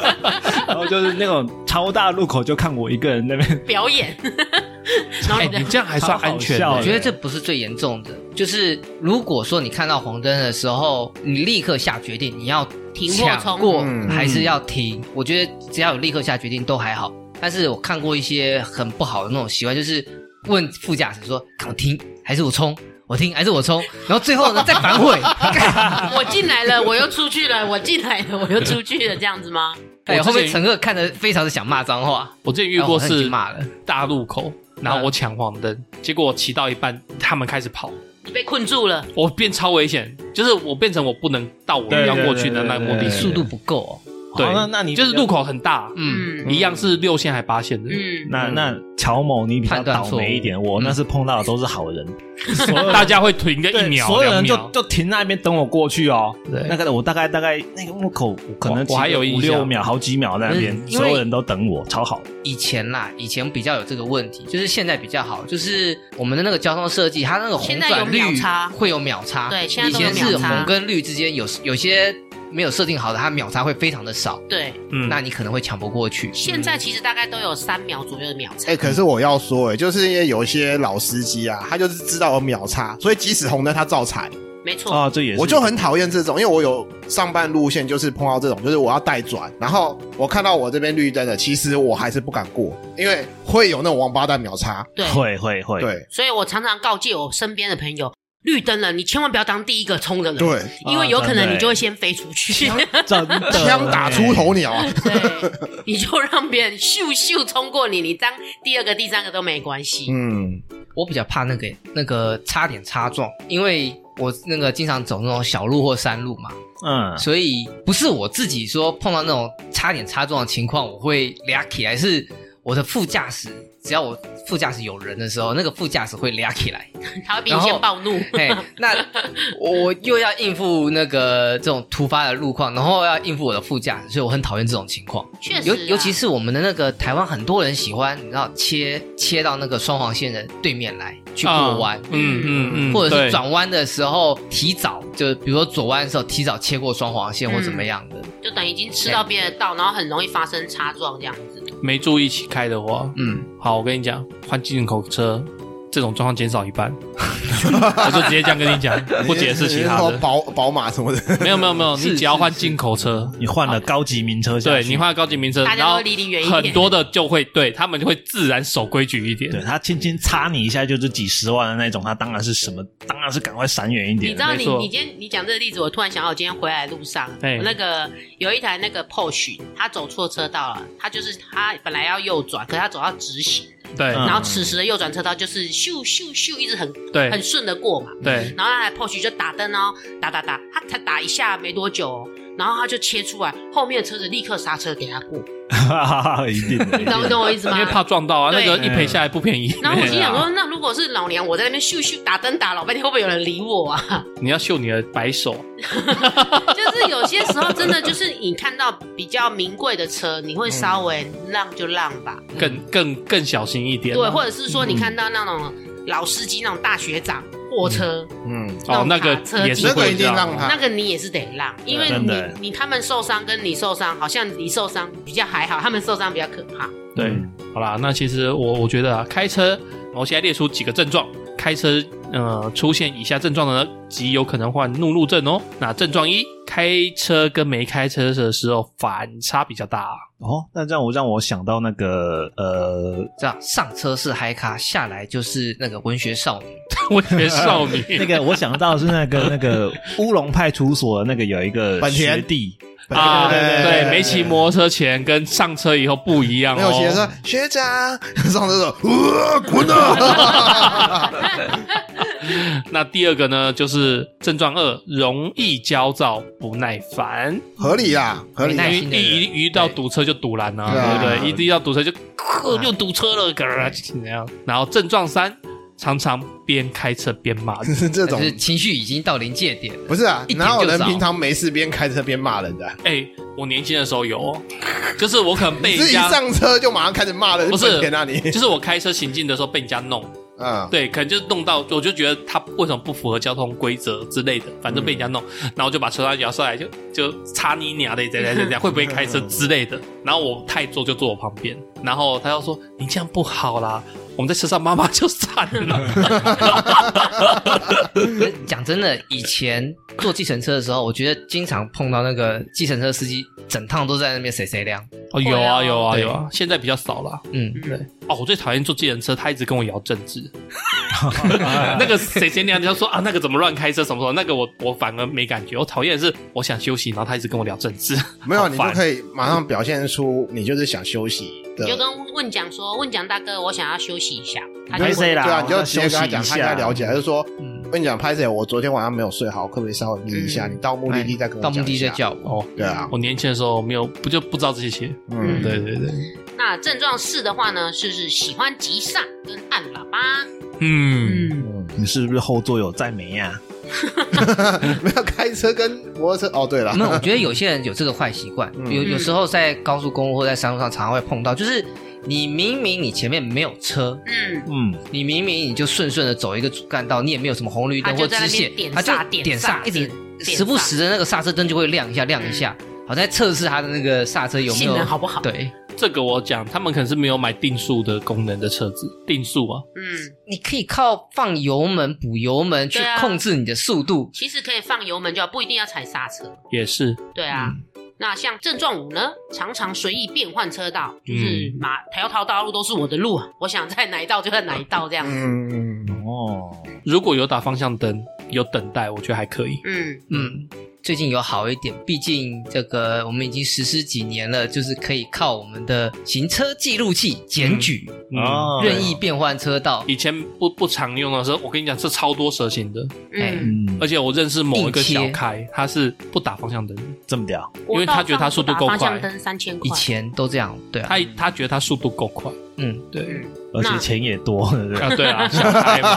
A: 然后就是那种超大路口就看我一个人那边，
B: 表演， 然后
E: 哎，
B: 你的
E: 你这样还算安全的
A: 超好
D: 我
A: 笑欸
D: 觉得这不是最严重的，就是如果说你看到黄灯的时候，你立刻下决定，你要
B: 停或
D: 抢
B: 冲
D: 过
C: 嗯
D: 还是要停？我觉得只要有立刻下决定都还好。但是我看过一些很不好的那种习惯，就是问副驾驶说：“看我停还是我冲？我停还是我冲？”然后最后呢再 反悔，
E: 哎
D: 干
B: 我进来了，我又出去了，我进来了，我又出去了，这样子吗？
D: 哎，
E: 我之前
D: 后面乘客看着非常的想骂脏话，
E: 我之前遇
A: 哦
E: 过
D: 哎我很
E: 是
D: 想骂了，
E: 大路口，然
A: 嗯
E: 后我抢黄灯，结果我骑到一半，他们开始跑，
B: 你被困住了，
E: 我变超危险，就是我变成我不能到我
A: 对
E: 要
A: 对
E: 过
A: 对
E: 去的
A: 对
E: 那个
A: 对
E: 目的
A: 对
E: 地
D: 速度不够、哦。
E: 对
A: 好那那你
E: 就是路口很大，
D: 嗯，
B: 嗯
E: 一样是六线还八线的，
B: 嗯，
A: 那那乔某你比较
D: 判断
A: 倒
D: 错误
A: 霉一点，我那是碰到的都是好人，
E: 大家会停个一
A: 对，
E: 秒，
A: 所有人就
E: 两秒
A: 就停那边等我过去哦。
E: 对
A: 那个我大概大概那个路口我可能
E: 我我还有
A: 五
E: 印
A: 六
E: 象嗯
A: 秒，好几秒在那边，
D: 不是因为
A: 所有人都等我，超好。
D: 以前啦，以前比较有这个问题，就是现在比较好，就是我们的那个交通设计，它那个红
B: 现在有
D: 转绿
B: 秒差
D: 会有秒差。
B: 对现在
D: 以
B: 都有
D: 前是
B: 秒差
D: 红跟绿之间有有些没有设定好的，它秒差会非常的少，
B: 对，
E: 嗯
D: 那你可能会抢不过去。
B: 现在其实大概都有三秒左右的秒差
C: 哎、，可是我要说、哎，就是因为有一些老司机啊，他就是知道有秒差，所以即使红灯他照踩。
B: 没
E: 哦
B: 错，
A: 啊，这也是
C: 我就很讨厌这种，因为我有上班路线就是碰到这种，就是我要带转，然后我看到我这边绿灯的，其实我还是不敢过，因为会有那种王八蛋秒差。
B: 对，
A: 会会会，
C: 对
B: 所以我常常告诫我身边的朋友，绿灯了，你千万不要当第一个冲的人，
C: 对，
B: 因为有可
A: 啊真的
B: 能
A: 欸
B: 你就会先飞出去，
A: 真 的
C: 枪打出头鸟啊！
B: 对，你就让别人咻咻冲过你，你当第二个、第三个都没关系。
C: 嗯，
D: 我比较怕那个那个差点擦撞，因为我那个经常走那种小路或山路嘛，
A: 嗯，
D: 所以不是我自己说碰到那种差点擦撞的情况，我会俩起来，是我的副驾驶，只要我副驾驶有人的时候，那个副驾驶会俩起来。
B: 他会比你先暴怒，
D: 嘿，那我又要应付那个这种突发的路况，然后要应付我的副驾驶，所以我很讨厌这种情况。
B: 确实
D: 尤
B: 啊，
D: 尤其是我们的那个台湾，很多人喜欢，你知道切切到那个双黄线的对面来去过弯
E: 啊，嗯嗯嗯，
D: 或者
E: 对
D: 是转弯的时候提早，就比如说左弯的时候提早切过双黄线或
B: 嗯
D: 怎么样的。
B: 就等于已经吃到别人的道，然后很容易发生擦撞这样子。
E: 没注意一起开的话，
D: 嗯，
E: 好，我跟你讲，换进口车这种状况减少一半，我就直接这样跟你讲，不解释其
C: 你
E: 他
C: 是说
E: 的。
C: 宝宝马什么的，
E: 没有没有没有，
D: 是
E: 你只要换进口车，
A: 你换了高级名车下
E: 对
A: 去
E: 你，换高级名车，
B: 大
E: 然
B: 家
E: 后
B: 都离你远一点
E: 很多的就会对他们就会自然守规矩一
A: 对
E: 点。
A: 他轻轻擦你一下就是几十万的那种，他当然是什么，当然是赶快闪远一
B: 你
A: 点
B: 知。道你
E: 没错
B: 你今天你讲这个例子，我突然想到，我今天回来的路上，
E: 哎
B: 我那个有一台那个 Porsche，他走错车道了，他就是他本来要右转，可是他走到直行，
E: 对
A: 嗯
B: 然后此时的右转车道就是咻咻咻一直很很
E: 对
B: 顺的过嘛，
E: 对，
B: 然后那台 Porsche 就打灯哦，打打打，他才打一下没多久、哦，然后他就切出来，后面的车子立刻刹车给他 过，
A: 一定的，一定
B: 你懂
A: 的
B: 懂我意思
E: 因为
B: 吗？
E: 怕撞到啊，那
B: 对
E: 个一赔下来不便宜。
B: 然后我心想
E: 对
B: 说
E: 啊，
B: 那如果是老娘我在那边咻咻打灯打老半天，会不会有人理我 啊？
E: 你要秀你的白手，
B: 就是有些时候真的就是你看到比较名贵的车，你会稍微让就让吧，
E: 更更更小心一点啊。
B: 对，或者是说你看到那种老司机那种大学长货车，
C: 嗯，
E: 哦，
B: 那
E: 那
B: 种
E: 个
B: 卡车
E: 也是
C: 那个
E: 会
C: 一
E: 这
C: 定
E: 样
C: 让他
B: 那个你也是得让，因为
A: 啊真
B: 你
A: 的
B: 你他们受伤跟你受伤，好像你受伤比较还好，他们受伤比较可怕。
E: 对，
A: 嗯
E: 好啦，那其实我我觉得啊，开车，我现在列出几个症状，开车呃出现以下症状的呢，极有可能患怒路症哦。那症状一，开车跟没开车的时候反差比较大。啊
A: 哦，那让我让我想到那个 呃，
D: 这样上车是嗨咖，下来就是那个文学少女。
E: 我觉得 少女
A: 那个我想到的是那个那个乌龙派出所的那个有一个
C: 本田
A: 学弟，
E: 啊，
C: 对对对
E: 对，没骑摩托车前跟上车以后不一样
C: 没有
E: 哦。
C: 学 生学长上厕所，呃，滚啊！
E: 那第二个呢，就是症状二，容易焦躁不耐烦，
C: 合理啦，合理
D: 没
C: 啦
E: 因
D: 耐
E: 为
D: 心的人
E: 一一遇到堵车就堵拦啊，
C: 对啊
E: 对不对？一遇到堵车就
D: 啊
E: 又堵车了，嘎怎样？然后症状三，常常边开车边 骂人。
C: 这种
D: 就是情绪已经到临界点了。
C: 不是啊，
D: 一点
C: 哪有
D: 就
C: 人
D: 着
C: 平常没事边开车边骂人的啊？
E: 哎、我年轻的时候有哦，就是我可能被
C: 你是
E: 人
C: 一
E: 家，
C: 上车就马上开始骂人，
E: 不是
C: 本田啊 你？
E: 就是我开车行进的时候被人家弄，
C: 嗯，
E: 对，可能就是弄到，我就觉得他为什么不符合交通规则之类的，反正被人家弄，然后就把车窗摇下来，就就擦你娘的，这样这样这样，会不会开车之类的。然后我太座就坐我旁边，然后他就说你这样不好啦，我们在车上妈妈就散了。
D: 可是讲真的，以前坐计程车的时候，我觉得经常碰到那个计程车司机，整趟都在那边谁谁亮。
E: 哦，有啊
B: 会啊
E: 有啊
D: 对
E: 有啊，现在比较少啦。
D: 嗯，
E: 哦，我最讨厌坐计程车，他一直跟我聊政治。
A: 哎
E: 那个谁谁娘就说啊，那个怎么乱开车什么什么，那个我我反而没感觉。我讨厌的是我想休息，然后他一直跟我聊政治。
C: 没有，
E: 好
C: 你就
E: 烦
C: 可以马上表现出你就是想休息的
B: 你就。跟问讲说，问讲大哥，我想要休息一下。他就
A: 拍
B: 会
A: 谁啦？
C: 对啊，你就
A: 我
C: 直
A: 休
C: 接
A: 息
C: 跟他
A: 一
C: 讲，他
A: 下，
C: 跟他聊起来，就说
D: 嗯：“
C: 我跟你讲，拍谁？我昨天晚上没有睡好，可不可以稍微眯一下？
D: 嗯
C: 你到目的
B: 哎
C: 地再跟我
D: 到
C: 讲一下
D: 目的地再。叫我。
E: 哦，
C: 对啊，
E: 我年轻的时候没有不就不知道这些。
C: 嗯，
E: 对对对，
B: 那症状四的话呢，是是喜欢急刹跟按喇叭。
E: 嗯，
B: 嗯，
C: 嗯
A: 你是不是后座有载没啊呀？
C: 没有开车跟摩托车。哦，对了，
D: 没有，我觉得有些人有这个坏习惯，
C: 嗯
D: 有有时候在高速公路或在山路上常常会碰到，就是你明明你前面没有车，
B: 嗯，
A: 嗯，
D: 你明明你就顺顺的走一个主干道，你也没有什么红绿灯
B: 他
D: 或
B: 就
D: 支
B: 在那边
D: 线，
B: 点
D: 他就
B: 刹点
D: 点
B: 刹
D: 刹，一直
B: 点
D: 时不
B: 刹嗯
D: 时的那个刹车灯就会亮一下，亮一下，好在测试他的那个刹车有没
B: 性
D: 有
B: 能好不好？，
D: 对。
E: 这个我讲，他们可能是没有买定速的功能的车子，定速啊，
B: 嗯，
D: 你可以靠放油门、补油门去
B: 对啊
D: 控制你的速度，
B: 其实可以放油门就好，不一定要踩刹车。
E: 也是，
B: 对啊。
A: 嗯
B: 那像症状五呢，常常随意变换车道，就是
A: 嗯
B: 马条条道路都是我的路啊，我想在哪一道就在哪一道这样子。
C: 嗯，嗯
A: 哦，
E: 如果有打方向灯，有等待，我觉得还可以。
B: 嗯，
D: 嗯，最近有好一点，毕竟这个我们已经实施几年了，就是可以靠我们的行车记录器检举，
E: 嗯
A: 哦
D: 任意变换车道，
E: 以前不不常用的时候，我跟你讲，这超多蛇形的，
D: 哎
B: 嗯，
A: 嗯，
E: 而且我认识某一个
D: 硬切
E: 小开，他是不打方向灯，
A: 这么屌，
E: 因为他觉得他速度够
B: 我到上打
E: 快
B: 方向灯三千
D: 以
B: 块，
D: 前都这样，对啊，
E: 他他觉得他速度够快，
D: 嗯，
E: 对
A: 而且钱也多，对不对？
E: 啊对啊，小开嘛，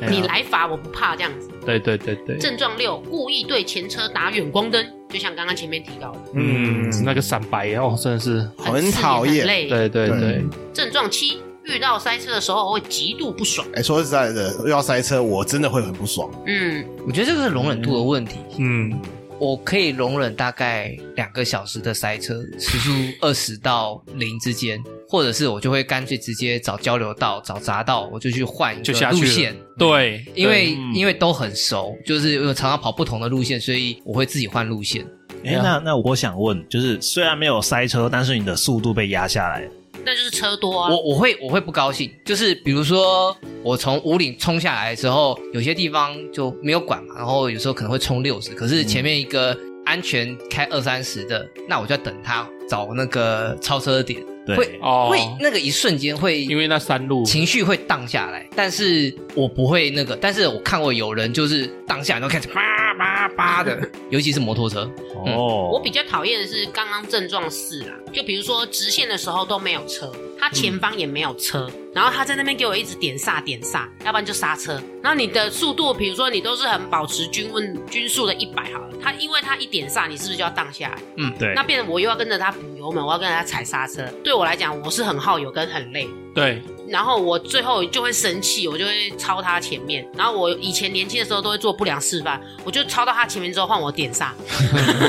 A: 哎呀
B: 你来罚我不怕这样子。
E: 对对对对，
B: 症状六，故意对前车打远光灯，就像刚刚前面提到的，
E: 嗯，那个闪白哦，真的是，
C: 很
B: 刺眼
C: 讨厌
B: 很累。
E: 对对对
C: 对，
B: 症状七，遇到塞车的时候会极度不爽。
C: 哎，说实在的，又要塞车，我真的会很不爽。
B: 嗯
D: 我觉得这个是容忍度的问题，
E: 嗯，
D: 我可以容忍大概两个小时的塞车，时速二十到零之间，或者是我就会干脆直接找交流道、找匝道，我就去换一
E: 就
D: 个
E: 下
D: 路
E: 去
D: 线
E: 了，，对，
D: 因为
A: 嗯
D: 因为都很熟，就是我常常跑不同的路线，所以我会自己换路线。
A: 哎，
E: 啊
A: 那那我想问，就是虽然没有塞车，但是你的速度被压下来，，
B: 那就是车多啊
D: 我。我会我会不高兴，就是比如说我从五岭冲下来之后，有些地方就没有管嘛，然后有时候可能会冲六十，可是前面一个安全开二三十的，那我就要等他找那个超车点，会
A: 对，
E: 哦
D: 会，那个一瞬间会
E: 嗯因为那山路，
D: 情绪会荡下来，但是我不会那个，但是我看过有人就是荡下来然后开始叭叭 叭的，尤其是摩托车，
A: 哦，
B: 嗯我比较讨厌的是刚刚症状四啊，就比如说直线的时候都没有车，他前
A: 嗯
B: 方也没有车，然后他在那边给我一直点刹点刹，要不然就刹车。然后你的速度，比如说你都是很保持均温均速的一百好了，他因为他一点刹，你是不是就要荡下来？
A: 对
B: 那，变成我又要跟着他补油门，我要跟着他踩刹车。对我来讲，我是很耗油跟很累。
E: 对，
B: 然后我最后就会生气，我就会超他前面。然后我以前年轻的时候都会做不良示范，我就超到他前面之后换我点刹。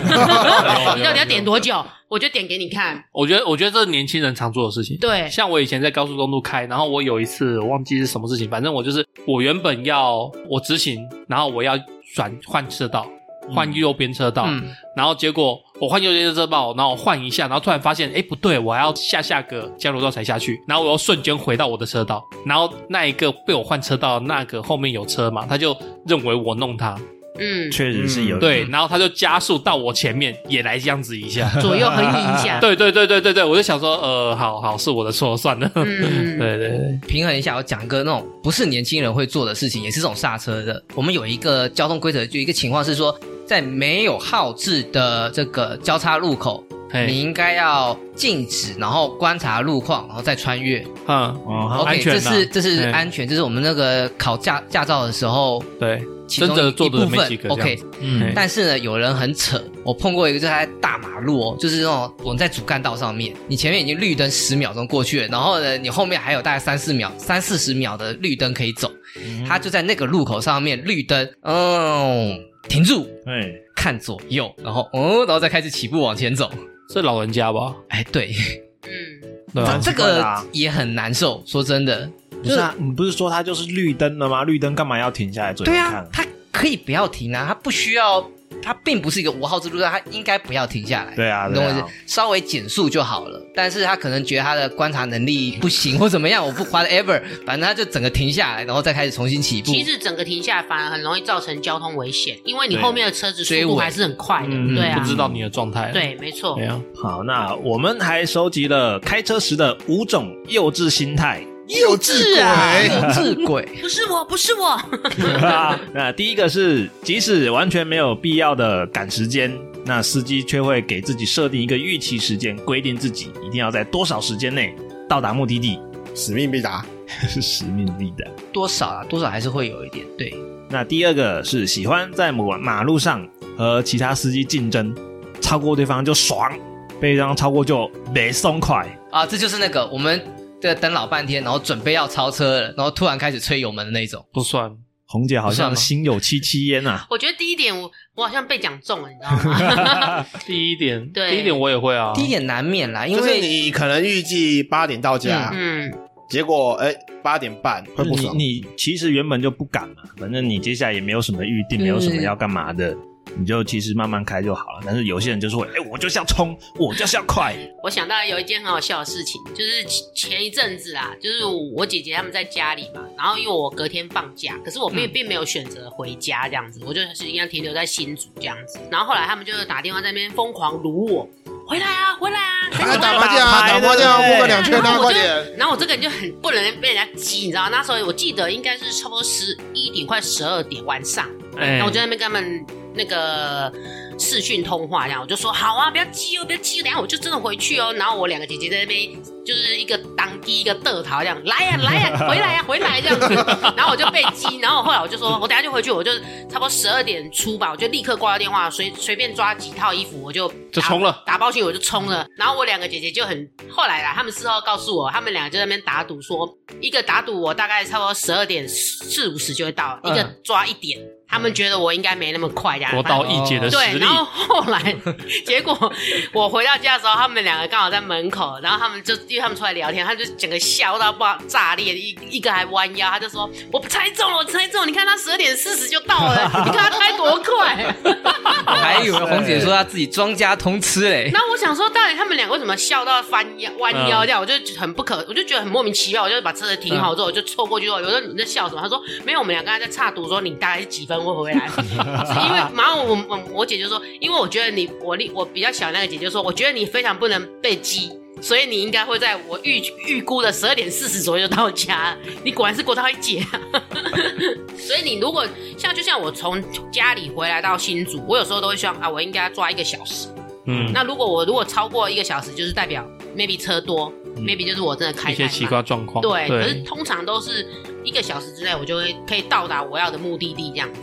B: 你到底要点多久？我就点给你看。
E: 我觉得，我觉得这是年轻人常做的事情。
B: 对
E: 像我以前在高速公路开，然后我有一次我忘记是什么事情，反正我就是我原本要我直行，然后我要转换车道，换右边车道，
D: 嗯，
E: 然后结果我换右边车道，然后我换一下，然后突然发现，哎，不对，我还要下下个交流道才下去，然后我又瞬间回到我的车道，然后那一个被我换车道的那个后面有车嘛，他就认为我弄他，
B: 嗯，
A: 确实是有、
E: 对，然后他就加速到我前面，也来这样子一下。
B: 左右横移一下，，
E: 对对对对对对，我就想说，呃，好好是我的错，算了。
B: 嗯
E: 对对对，
D: 平衡一下，我讲一个那种不是年轻人会做的事情，也是这种刹车的。我们有一个交通规则，就一个情况是说，在没有号志的这个交叉路口，你
E: 嘿，
D: 应该要静止，然后观察路况，然后再穿越。
E: 嗯，
A: 哦，
E: 安
D: OK，
E: 全
D: 这
E: 啊
D: 是这是
E: 嗯
D: 安全，这是我们那个考驾驾照的时候
E: 对，
D: 其中
E: 真的
D: 一
E: 做的
D: 部
E: 没
D: 分
E: 几。个这
D: OK，
E: 样
A: 嗯
E: 嗯
D: 但是呢，有人很扯，我碰过一个，就是他在大马路哦，就是那种我们在主干道上面，你前面已经绿灯十秒钟过去了，然后呢，你后面还有大概三四秒、三四十秒的绿灯可以走，
A: 嗯
D: 他就在那个路口上面绿灯，嗯，停住，
A: 哎，
D: 看左右，然后嗯，然后再开始起步往前走。
E: 是老人家吧？
D: 哎，对，
B: 嗯，
E: 对吧
A: 很？
D: 这
A: 奇怪
D: 个
A: 啦
D: 也很难受。说真的，
A: 不是啊，你不是说他就是绿灯了吗？绿灯干嘛要停下来准
D: 对
A: 看
D: 啊？，他可以不要停啊，他不需要，他并不是一个无号之路，他应该不要停下来。
A: 对啊，
D: 你懂
A: 对
D: 我意
A: 啊
D: 思，，稍微减速就好了。但是他可能觉得他的观察能力不行， 或怎么样，我不 whatever，反正他就整个停下来，然后再开始重新起步。
B: 其实整个停下来反而很容易造成交通危险，因为你
A: 对
B: 后面的车子速
D: 追
B: 度
D: 尾
B: 还是很快的，
A: 嗯
B: 对
E: 不
B: 啊
E: 知，道你的状态。
B: 对，没错
E: 对，啊，
A: 好，那我们还收集了开车时的五种幼稚心 态。
C: 幼稚
B: 是啊
C: 鬼。
D: 幼稚鬼，
B: 不是我，不是我，
A: 啊那第一个是，即使完全没有必要的赶时间，那司机却会给自己设定一个预期时间，规定自己一定要在多少时间内到达目的地，
C: 使命必达，
A: 是使命必达。
D: 多少啊，多少还是会有一点。对，
A: 那第二个是喜欢在马马路上和其他司机竞争，超过对方就爽，被对方超过就没松快。
D: 啊，这就是那个我们的等老半天，然后准备要超车了，然后突然开始吹油门的那种。
E: 不算。
A: 红姐好
D: 不算
A: 像
D: 吗
A: 心有戚戚焉啊 呐、
B: 我觉得第一点我我好像被讲中了，你知道吗？
E: 第一点，
B: 对
E: 第一点我也会啊。
D: 第一点难免啦，因
C: 就是
D: 为
C: 你可能预计八点到家，
B: 嗯，
C: 结果哎八点半会不
A: 你
C: 爽，
A: 你其实原本就不敢嘛，反正你接下来也没有什么预定，
D: 嗯
A: 没有什么要干嘛的，你就其实慢慢开就好了。但是有些人就是会，哎、我就是要冲，我就是要快，
B: 我想到有一件很好笑的事情，就是前前一阵子啦，就是我姐姐他们在家里嘛，然后因为我隔天放假，可是我并并没有选择回家这样子，我就是一样停留在新竹这样子。然后后来他们就打电话在那边疯狂撸我，回来啊，回来啊，赶
C: 啊
B: 紧回来
C: 打麻将啊打麻将啊，
A: 对
C: 摸个两圈
B: 然
C: 啊，
B: 后我
C: 快
B: 就
C: 点！
B: 然后我这个人就很不能被人家激，你知道吗？那时候我记得应该是差不多十一点快十二点晚上，
E: 哎
B: 然后我就在那边跟他们那个视讯通话，然后我就说好啊，不要激哦，不要激哦，等一下我就真的回去哦。然后我两个姐姐在那边就是一个当机一个得逃这样，来呀、来 呀、回来呀、回来这样子。然后我就被激，然后后来我就说，我等一下就回去，我就差不多十二点出吧，我就立刻挂了电话，随随便抓几套衣服我就
E: 就
B: 打
E: 冲了
B: 打包去我就冲了。然后我两个姐姐就很后来啦，他们事后告诉我，他们俩就在那边打赌说，一个打赌我大概差不多十二点四五十就会到，
D: 嗯
B: 一个抓一点。他们觉得我应该没那么快呀，
E: 我到一姐的
B: 哦对，
E: 实力
B: 然，后后来结果我回到家的时候，他们两个刚好在门口，然后他们就因为他们出来聊天，他们就整个笑到爆炸裂，一一个还弯腰，他就说：“我猜中了，我猜中了，你看他十二点四十就到了，你看他开多快。
D: 我还以为红姐说她自己庄家通吃”嘞。
B: 那我想说，到底他们两个为什么笑到翻腰弯腰这样？我就很不可，我就觉得很莫名其妙。我就把车子停好之后，我就凑过去说：“我说你在笑什么？”他说：“没有，我们俩刚才在差赌，说你大概是几分会回来。”因为马上我我我姐就说，因为我觉得你我力我比较小的那个姐就说，我觉得你非常不能被激，所以你应该会在我预预估的十二点四十左右就到家。你果然是国道一姐、啊， 所以你如果像就像我从家里回来到新竹，我有时候都会希望啊，我应该抓一个小时。
E: 嗯，
B: 那如果我如果超过一个小时，就是代表 maybe 车多、
E: 嗯
B: m a y b e 就是我真的开
E: 一
B: 太
E: 些
B: 慢
E: 奇怪状况。
B: 对，可是
E: 对，
B: 通常都是一个小时之内，我就会可以到达我要的目的地这样子。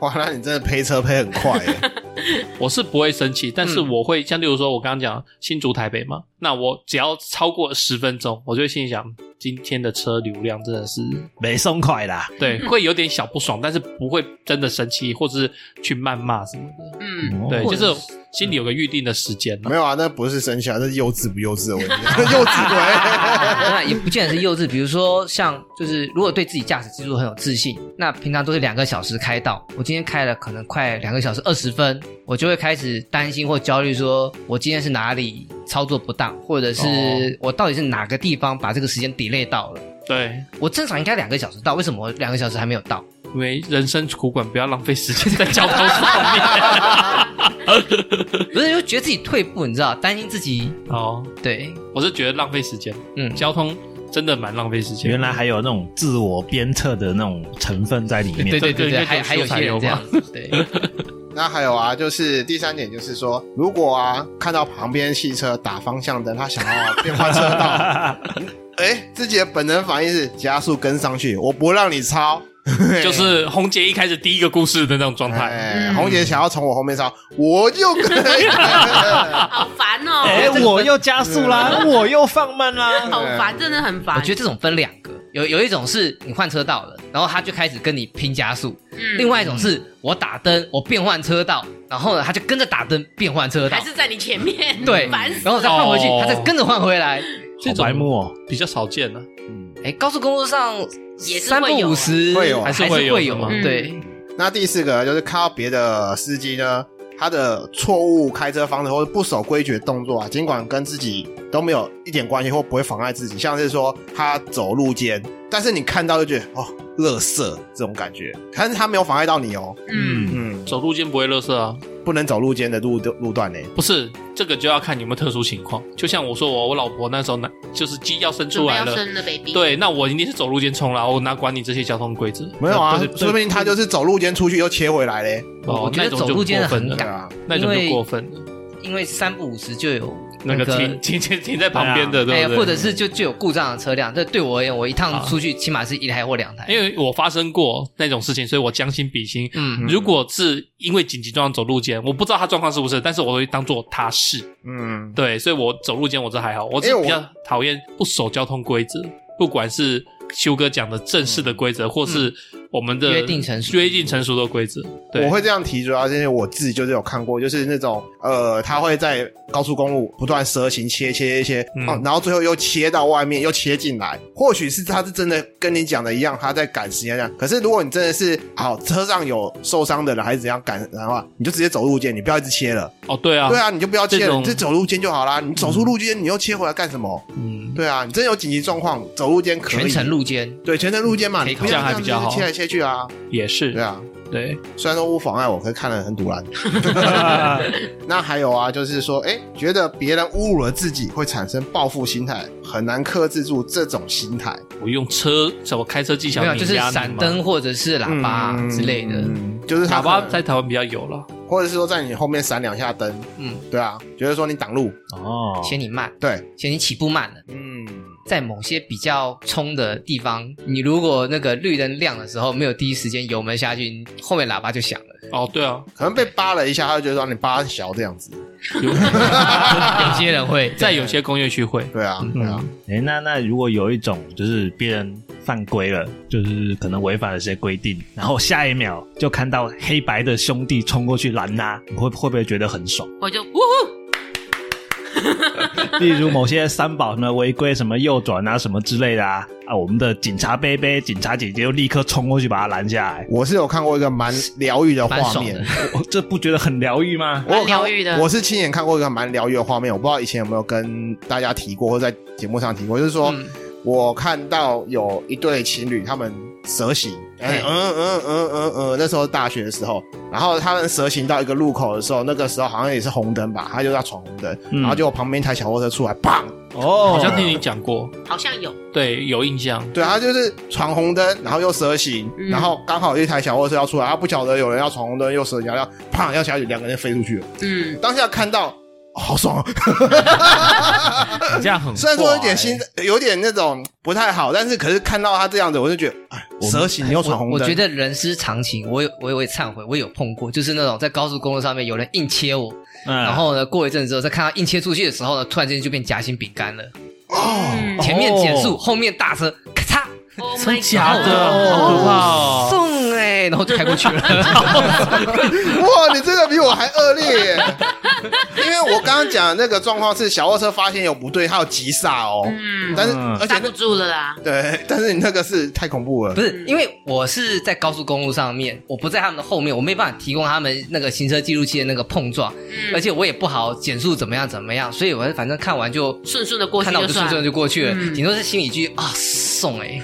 C: 哇，那你真的陪车陪很快耶，
E: 我是不会生气，但是我会像例如说，我刚刚讲新竹台北嘛，那我只要超过十分钟，我就会心里想，今天的车流量真的 是
A: 没松快啦。
E: 对，会有点小不爽，但是不会真的生气，或者是去谩骂什么的。
B: 嗯，
E: 对，
D: 或
E: 就
D: 者
E: 哦是嗯心里有个预定的时间嘛
C: 没。有啊，那不是生气啊，那是幼稚不幼稚的问题，幼稚
D: 那也不见得是幼稚，比如说像就是如果对自己驾驶技术很有自信，那平常都是两个小时开到，我今天开了可能快两个小时二十分，我就会开始担心或焦虑，说我今天是哪里操作不当，或者是我到底是哪个地方把这个时间 delay 到了。
E: 对，
D: 我正常应该两个小时到，为什么我两个小时还没有到？
E: 因为人生苦短，不要浪费时间在交通上 面。
D: 不是就觉得自己退步，你知道，担心自己
E: 哦，
D: 对，
E: 我是觉得浪费时间，
D: 嗯，
E: 交通真的蛮浪费时间。
A: 原来还有那种自我鞭策的那种成分在里面。
D: 对对
E: 这个
D: 对
E: 应该
D: 对，还
E: 就是
D: 还有些人这样子，对，
C: 那还有啊，就是第三点就是说，如果啊看到旁边汽车打方向灯，他想要变换车道，哎，自己的本能反应是加速跟上去，我不让你超，
E: 就是红姐一开始第一个故事的那种状态，
C: 哎，
B: 嗯
C: 红姐想要从我后面超，我就跟。
B: 好烦哦、
A: 哎、我又加速啦，我又放慢啦。
B: 好烦，真的很烦。
D: 我觉得这种分两个，有有一种是你换车道了，然后他就开始跟你拼加速；，
B: 嗯
D: 另外一种是我打灯，我变换车道，然后呢他就跟着打灯变换车道
B: 还，是在你前面，
D: 对，
B: 烦死
D: 然后再换回去，
E: 哦
D: 他再跟着换 回来。
E: 这
A: 好
E: 种
A: 白目哦，
E: 比较少见啊了。
D: 哎，高速公路上
B: 也是
D: 三
B: 会
D: 不
B: 有啊
D: 五十
C: 会有
D: 还是
E: 还是
D: 会
E: 会
D: 有
E: 有嗯
D: 嘛
E: 嘛？
D: 对，
C: 那第四个就是看到别的司机呢，他的错误开车方式或者不守规矩的动作啊，尽管跟自己都没有一点关系，或不会妨碍自己，像是说他走路肩，但是你看到就觉得哦，乐色这种感觉，但是他没有妨碍到你哦，
B: 嗯，
C: 嗯，
E: 走路间不会垃圾啊，
C: 不能走路肩的路路段呢，
E: 不是这个就要看有没有特殊情况。就像我说我我老婆那时候拿就是鸡要生
B: 准
E: 出
B: 备
E: 来
B: 要
E: 了，
B: 生了 baby，，
E: 对，那我一定是走路间冲啦，我哪管你这些交通规则？
C: 没有啊
A: 对对，对
C: 说不定他就是走路肩出去又切回来嘞，
E: 哦
D: 我觉得
E: 那种
D: 走
E: 就
D: 路间
E: 过分
D: 很
E: 了
C: 对
D: 赶，
C: 啊，
E: 那种
D: 因为
E: 就过分了。
D: 因为三不五十就有
E: 那个停停停停在旁边的，对啊不
D: 哎，
E: 对？
D: 或者是就就有故障的车辆，这对我而言，我一趟出去起码是一台或两台。
E: 因为我发生过那种事情，所以我将心比心。
D: 嗯，
E: 如果是因为紧急状况走路间，我不知道他状况是不是，但是我会当做他是。
C: 嗯，
E: 对，所以我走路间我这还好，我只
C: 因为
E: 是
C: 我
E: 比较讨厌不守交通规则，不管是修哥讲的正式
C: 嗯
E: 的规则，或是我们的
D: 约定成熟
E: 约定成熟的规则。对，
C: 我会这样提，主要是因为我自己就是有看过，就是那种呃，他会在高速公路不断蛇行切切切，
E: 嗯
C: 哦，然后最后又切到外面，又切进来。或许是他是真的跟你讲的一样，他在赶时间这样。可是如果你真的是好车上有受伤的人还是怎样赶的话，你就直接走路肩，你不要一直切了。
E: 哦，对啊，
C: 对，啊，你就不要切
E: 这
C: 了，
E: 种
C: 你就走路肩就好啦。你走出路肩，你又切回来干什么？
E: 嗯，
C: 对啊，你真的有紧急状况，走路肩可以
D: 全程路肩，
C: 对全程路肩嘛，
D: 可以
C: 你
D: 考
C: 不要这
E: 虑这样还
C: 样
E: 比较
C: 子
E: 好
C: 切来切去啊。
E: 也
C: 对
E: 是，
C: 啊，
E: 对，
C: 虽然说无妨碍我，可是看了很堵 然。那还有啊，就是说，哎、觉得别人侮辱了自己，会产生报复心态，很难克制住这种心态。
E: 我用车什么开车技巧
D: 没有
E: 碾
D: 就是
E: 压你
D: 闪
E: 嘛
D: 灯或者是喇叭
C: 嗯
D: 之类的。
C: 嗯就是他
E: 喇
C: 可能
E: 叭在台湾比较 有了。
C: 或者是说在你后面闪两下灯，
D: 嗯，
C: 对啊，觉得说你挡路，
A: 哦，
E: 嗯
D: 嫌你慢，
C: 对，
D: 嫌你起步慢了。
C: 嗯，
D: 在某些比较冲的地方，你如果那个绿灯亮的时候没有第一时间油门下去，你后面喇叭就响 了。
E: 哦，对 啊，
C: 可能被扒了一下，他就觉得说你扒小这样子，
E: 有
D: 有些人会
E: 在有些工业区 会，嗯
C: 对啊，对啊，
A: 哎、那那如果有一种就是别人犯规了，就是可能违反了一些规定，然后下一秒就看到黑白的兄弟冲过去拦 他，你会会不会觉得很爽？
B: 我就呜呼，
A: 例如某些三宝什么违规什么右转啊什么之类的啊啊，我们的警察贝贝、警察姐姐就立刻冲过去把他拦下来，
C: 我是有看过一个蛮疗愈的
D: 蛮
C: 画
D: 爽
C: 面
D: 的，。
A: 我这不觉得很疗愈吗？
C: 我有看
B: 蛮疗愈的
C: 我是亲眼看过一个蛮疗愈的画面，我不知道以前有没有跟大家提过，或者在节目上提过，就是说、
D: 嗯
C: 我看到有一对情侣，他们蛇行，
D: 哎
C: 哎嗯嗯嗯嗯嗯，那时候大学的时候，然后他们蛇行到一个路口的时候，那个时候好像也是红灯吧，他就要闯红灯，
A: 嗯
C: 然后就旁边一台小货车出来，砰！
A: 哦
E: 好像听你讲过，
B: 好像有，
E: 对，有印象。
C: 对，他就是闯红灯，然后又蛇行，
B: 嗯
C: 然后刚好有一台小货车要出来，啊他不晓得有人要闯红灯又蛇行，然后砰要下去，两个人飞出去了。
B: 嗯，
C: 当下看到，哦好爽、啊！
E: 你这样很
C: 虽然说有点
E: 坏
C: 心，有点那种不太好，但是可是看到他这样子，我就觉得，哎，蛇形又闯
D: 我
C: 红
D: 我
C: 灯，
D: 觉得人之常情，我有我有我也忏悔，我有碰过，就是那种在高速公路上面有人硬切我，
E: 嗯
D: 然
A: 然
D: 后呢，过一阵子之后再看到硬切出去的时候呢，突然之间就变夹心饼干了。
C: 哦
E: 哦
B: 嗯
D: 前面减速，后面大车，咔嚓，
B: ，Oh
E: 真
B: my
E: 假
B: god，
E: 的，好可怕哦！
D: 送哎、然后就开过去了。
C: 哇，你这个比我还恶劣耶！因为我刚刚讲的那个状况是小货车发现有不对，它有急刹哦，
B: 嗯，
C: 但是
A: 嗯
C: 而且
B: 刹
C: 那
B: 不住了啦。
C: 对，但是你那个是太恐怖了
D: 不。是，因为我是在高速公路上面，我不在他们的后面，我没办法提供他们那个行车记录器的那个碰撞，
B: 嗯
D: 而且我也不好减速怎么样怎么样，所以我反正看完就
B: 顺顺的过去
D: 看到我
B: 就
D: 就顺
B: 算
D: 顺
B: 了。
D: 就过去了，
B: 嗯
D: 顶多是心里一句啊 送哎、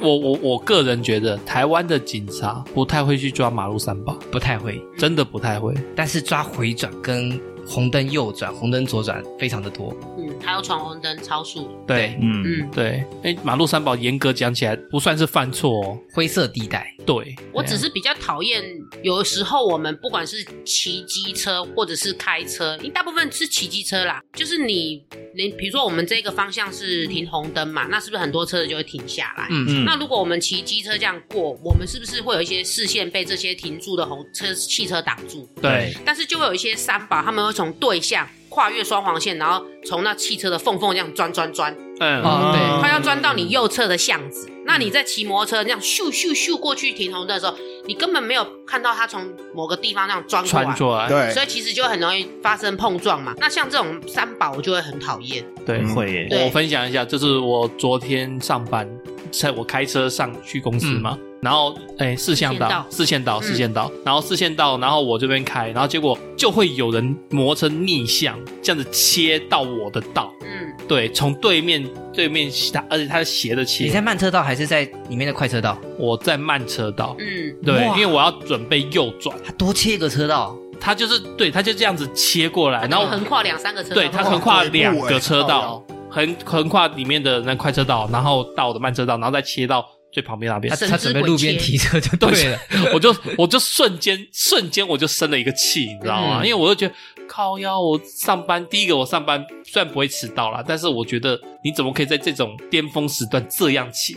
E: 我我我个人觉得，台湾的警察不太会去抓马路三宝，
D: 不太会，
E: 真的不太会。
D: 但是抓回转跟红灯右转、红灯左转非常的多，
B: 嗯，还有闯红灯、超速。
E: 对
A: 嗯，
B: 嗯，
E: 对，哎，马路三宝严格讲起来不算是犯错哦。
D: 灰色地带，
E: 对，
B: 我
E: 对啊
B: 只是比较讨厌，有时候我们不管是骑机车或者是开车，因为大部分是骑机车啦，就是你你比如说我们这个方向是停红灯嘛，那是不是很多车子就会停下来？
D: 嗯
A: 嗯
B: 那如果我们骑机车这样过，我们是不是会有一些视线被这些停住的红车汽车挡住？
E: 对
B: 但是就会有一些三宝，他们会从对向跨越双黄线，然后从那汽车的缝缝这样钻钻钻，
E: 嗯
D: 啊对
B: 它要钻到你右侧的巷子。那你在骑摩托车这样咻咻咻过去停红灯的时候，你根本没有看到它从某个地方这样钻过
E: 穿
B: 来。
E: 出来，
C: 对
B: 所，以其实就很容易发生碰撞嘛。那像这种三宝，我就会很讨厌。
E: 对
A: 嗯会耶，
B: 对
E: 我分享一下，就是我昨天上班，在我开车上去公司嘛，然后哎四线道，四线道，
B: 嗯
E: 四线道，然后四线道，然后我这边开，然后结果就会有人摩托车逆向这样子切到我的道，
B: 嗯，
E: 对，从对面对面他，而且他是斜着
D: 你
E: 切，
D: 在慢车道还是在里面的快车道？
E: 我在慢车道，
B: 嗯，
E: 对，
D: 哇
E: 因为我要准备右转，
D: 它多切一个车道，
E: 他就是对，他就这样子切过来，
B: 然
E: 然后
B: 后横跨两三个车道，
E: 哦对，它
C: 哇
E: 横跨
C: 鬼步
E: 两
C: 欸
E: 个车
C: 靠
E: 道
C: 腰，
E: 横横跨里面的那快车道，然后到我的慢车道，然后再切到最旁边那边
D: 它。
B: 神
D: 它
B: 之
D: 准备路边
B: 鬼切
D: 停车就对了。
E: 我就我就瞬间瞬间我就生了一个气，你知道吗？
D: 嗯
E: 因为我就觉得靠腰，我上班第一个我上班虽然不会迟到啦，但是我觉得你怎么可以在这种巅峰时段这样骑？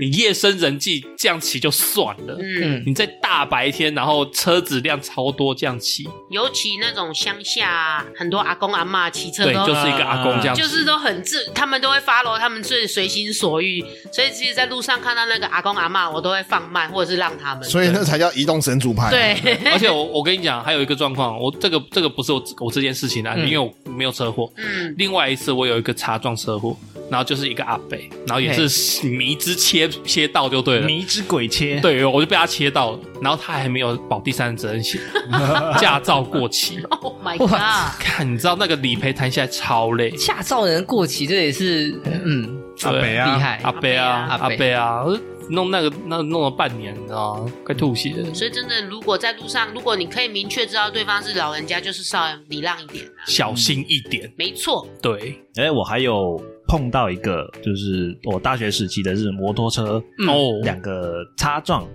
E: 你
B: 嗯
E: 夜深人静这样骑就算了，
B: 嗯，
D: 嗯，
E: 你在大白天然后车子量超多这样骑，
B: 尤其那种乡下，很多阿公阿嬷骑车
E: 对，
B: 都
E: 就是一个阿公这样骑，
B: 啊就是都很自，他们都会 follow 他们最随心所欲，所以其实，在路上看到那个阿公阿嬷，我都会放慢或者是让他们。
C: 所以那才叫移动神主牌。，
B: 对，
E: 而且我我跟你讲，还有一个状况，我这个这个不是我我这件事情啊，
D: 嗯
E: 因为我没有车祸。
B: 嗯，
E: 另外一次我有一个擦撞车祸，然后就是一个阿北，然后也是迷之切切到就对了。
A: 迷之鬼切，
E: 对，我就被他切到了，然后他还没有保第三人责任险， 驾照过期。
B: Oh my
D: 哇
B: god！
E: 看，你知道那个理赔谈下来超累，
D: 驾照人过期，这也是嗯
E: 阿
C: 北啊
D: 厉害
E: 阿北啊，
D: 阿
E: 阿
D: 伯
E: 北啊，我弄那个那弄了半年，你知道吗？快吐血了。
B: 所以真的，如果在路上，如果你可以明确知道对方是老人家，就是稍微礼让一点啊。
E: 小心一点，
B: 没错，
E: 对，
A: 哎，我还有碰到一个，就是我大学时期的是摩托车
D: 嗯
E: 哦，
A: 两个擦撞，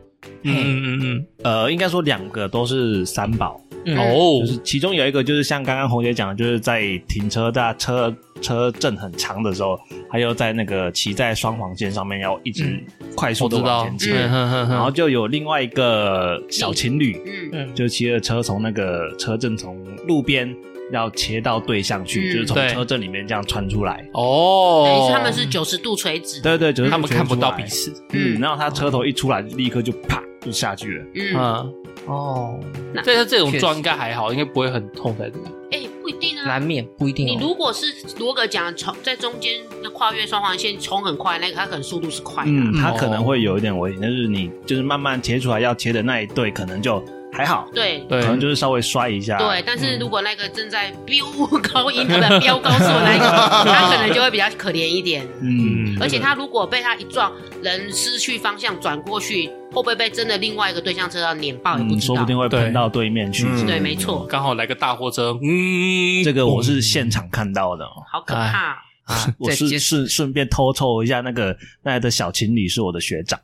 E: 嗯嗯嗯
A: 呃，应该说两个都是三宝，
E: 嗯，
D: 嗯
E: 哦
A: 就是其中有一个就是像刚刚红姐讲的，就是在停车大车车阵很长的时候，还有在那个骑在双黄线上面要一直快速
E: 嗯我
A: 的
E: 知道
A: 往前，骑，
E: 嗯哼哼哼
A: 然后就有另外一个小情侣，
B: 嗯，
D: 嗯
A: 就骑着车从那个车阵从路边要切到对向去，
B: 嗯
A: 就是从
E: 对
A: 车阵里面这样穿出来。
B: 等于
E: 哦，
B: 是他们是九十度垂直的，
A: 对对，就是
E: 他们看不到
A: 圈
E: 彼
A: 出来。
E: 此，
A: 嗯，然后他车头一出来，立刻就啪就下去了。
B: 嗯，
E: 嗯，
D: 哦，
B: 那
E: 但是这种
D: 确实
E: 撞应该还好，应该不会很痛才对。
B: 哎，不一定啊
D: 难。免不一定、
B: 你
D: 哦。
B: 如果是罗格讲从在中间那跨越双黄线冲很快，那个他可能速度是快的啊，
A: 嗯，他可能会有一点危险，但是你就是慢慢切出来要切的那一对，可能就还好，
B: 对
E: 对
A: 可，能就是稍微摔一下。
B: 对，，但是如果那个正在飙高音，不是飙高速的那一个，他可能就会比较可怜一点。
A: 嗯，
B: 而且他如果被他一撞，人失去方向转过去，会不会被真的另外一个对向车道碾爆也不
A: 嗯，
B: 知
A: 说
B: 道。
A: 不定会
E: 对
A: 喷到对面去。
C: 嗯
B: 对，没错，
E: 刚好来个大货车，嗯，
A: 这个我是现场看到的哦，
B: 好可怕哦。
D: 啊，
A: 我
D: 再
A: 是
D: 接
A: 顺顺便偷凑一下那个那的小情侣是我的学长。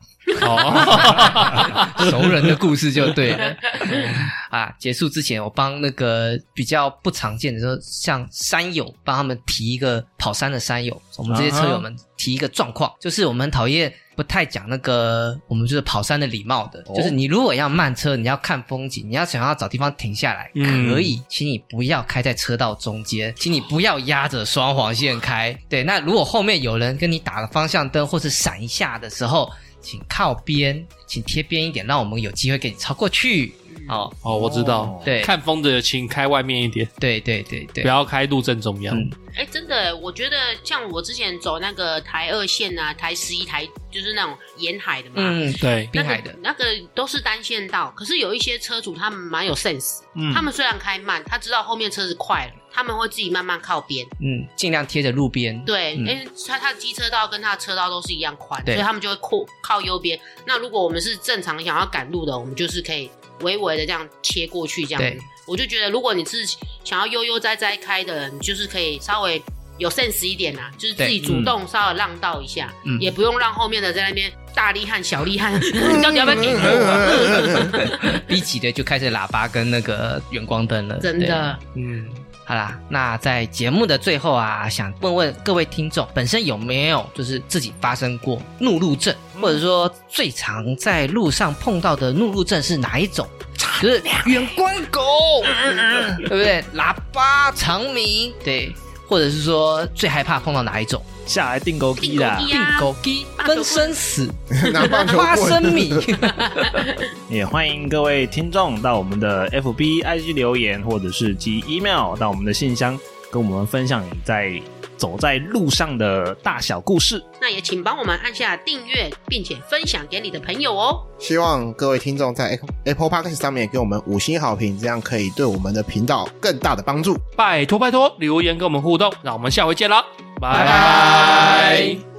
E: 哦，
D: 熟人的故事就对 了。啊， 结束之前，我帮那个比较不常见的，说像山友，帮他们提一个跑山的山友，我们这些车友们提一个状况，就是我们很讨厌不太讲那个我们就是跑山的礼貌
E: 哦
D: 的，就是你如果要慢车，你要看风景，你要想要找地方停下来，
E: 嗯
D: 可以，请你不要开在车道中间，请你不要压着双黄线 开。对，那如果后面有人跟你打了方向灯或是闪一下的时候，请靠边，请贴边一点，让我们有机会给你超过去。哦，
E: 哦，我知道，
D: 对
E: 看风的请开外面一点，
D: 对对对对
E: 不，要开路正中央。
A: 嗯
B: 哎、真的，我觉得像我之前走那个台二线啊、台十一、台就是那种沿海的嘛，
D: 嗯，
E: 对，
B: 那
D: 滨
B: 个
D: 海的，
B: 那个都是单线道，可是有一些车主他们蛮有 sense，、
A: 嗯
B: 他们虽然开慢，他知道后面车子快了，他们会自己慢慢靠边。
D: 嗯，尽量贴着路边，
B: 对，
D: 嗯
B: 因为他他的机车道跟他的车道都是一样宽，所
D: 对
B: 以他们就会靠靠右边。那如果我们是正常想要赶路的，我们就是可以微微的这样切过去这样
D: 对
B: 子。我就觉得，如果你是想要悠悠哉哉开的人，你就是可以稍微有 sense 一点啦、就是自
A: 对
B: 己主动稍微让道一下，
D: 嗯
B: 也不用让后面的在那边大力汉、小 力汉，你啊到底要不要给我？
D: 逼急的就开始喇叭跟那个远光灯了，
B: 真
D: 对
B: 的，
E: 嗯，
D: 好啦，那在节目的最后啊，想问问各位听众，本身有没有就是自己发生过怒路症，或者说最常在路上碰到的怒路症是哪一种？就是远光狗，
B: 嗯
D: 对不对？喇叭、长鸣，对，或者是说最害怕碰到哪一种？
A: 下来定钩机啦
B: 定钩机，
D: 定
B: 哎呀
D: 狗鸡、分 生死、
C: 拿棒球
D: 花
C: 棍，
D: 生米，
A: 也欢迎各位听众到我们的 FB、IG 留言，或者是寄 email 到我们的信箱，跟我们分享你在走在路上的大小故事。
B: 那也请帮我们按下订阅，并且分享给你的朋友哦。
C: 希望各位听众在 Apple- Apple Podcast 上面给我们五星好评，这样可以对我们的频道更大的帮助。
E: 拜托拜托，留言跟我们互动，那我们下回见啦，拜
C: 拜
E: 拜
C: 拜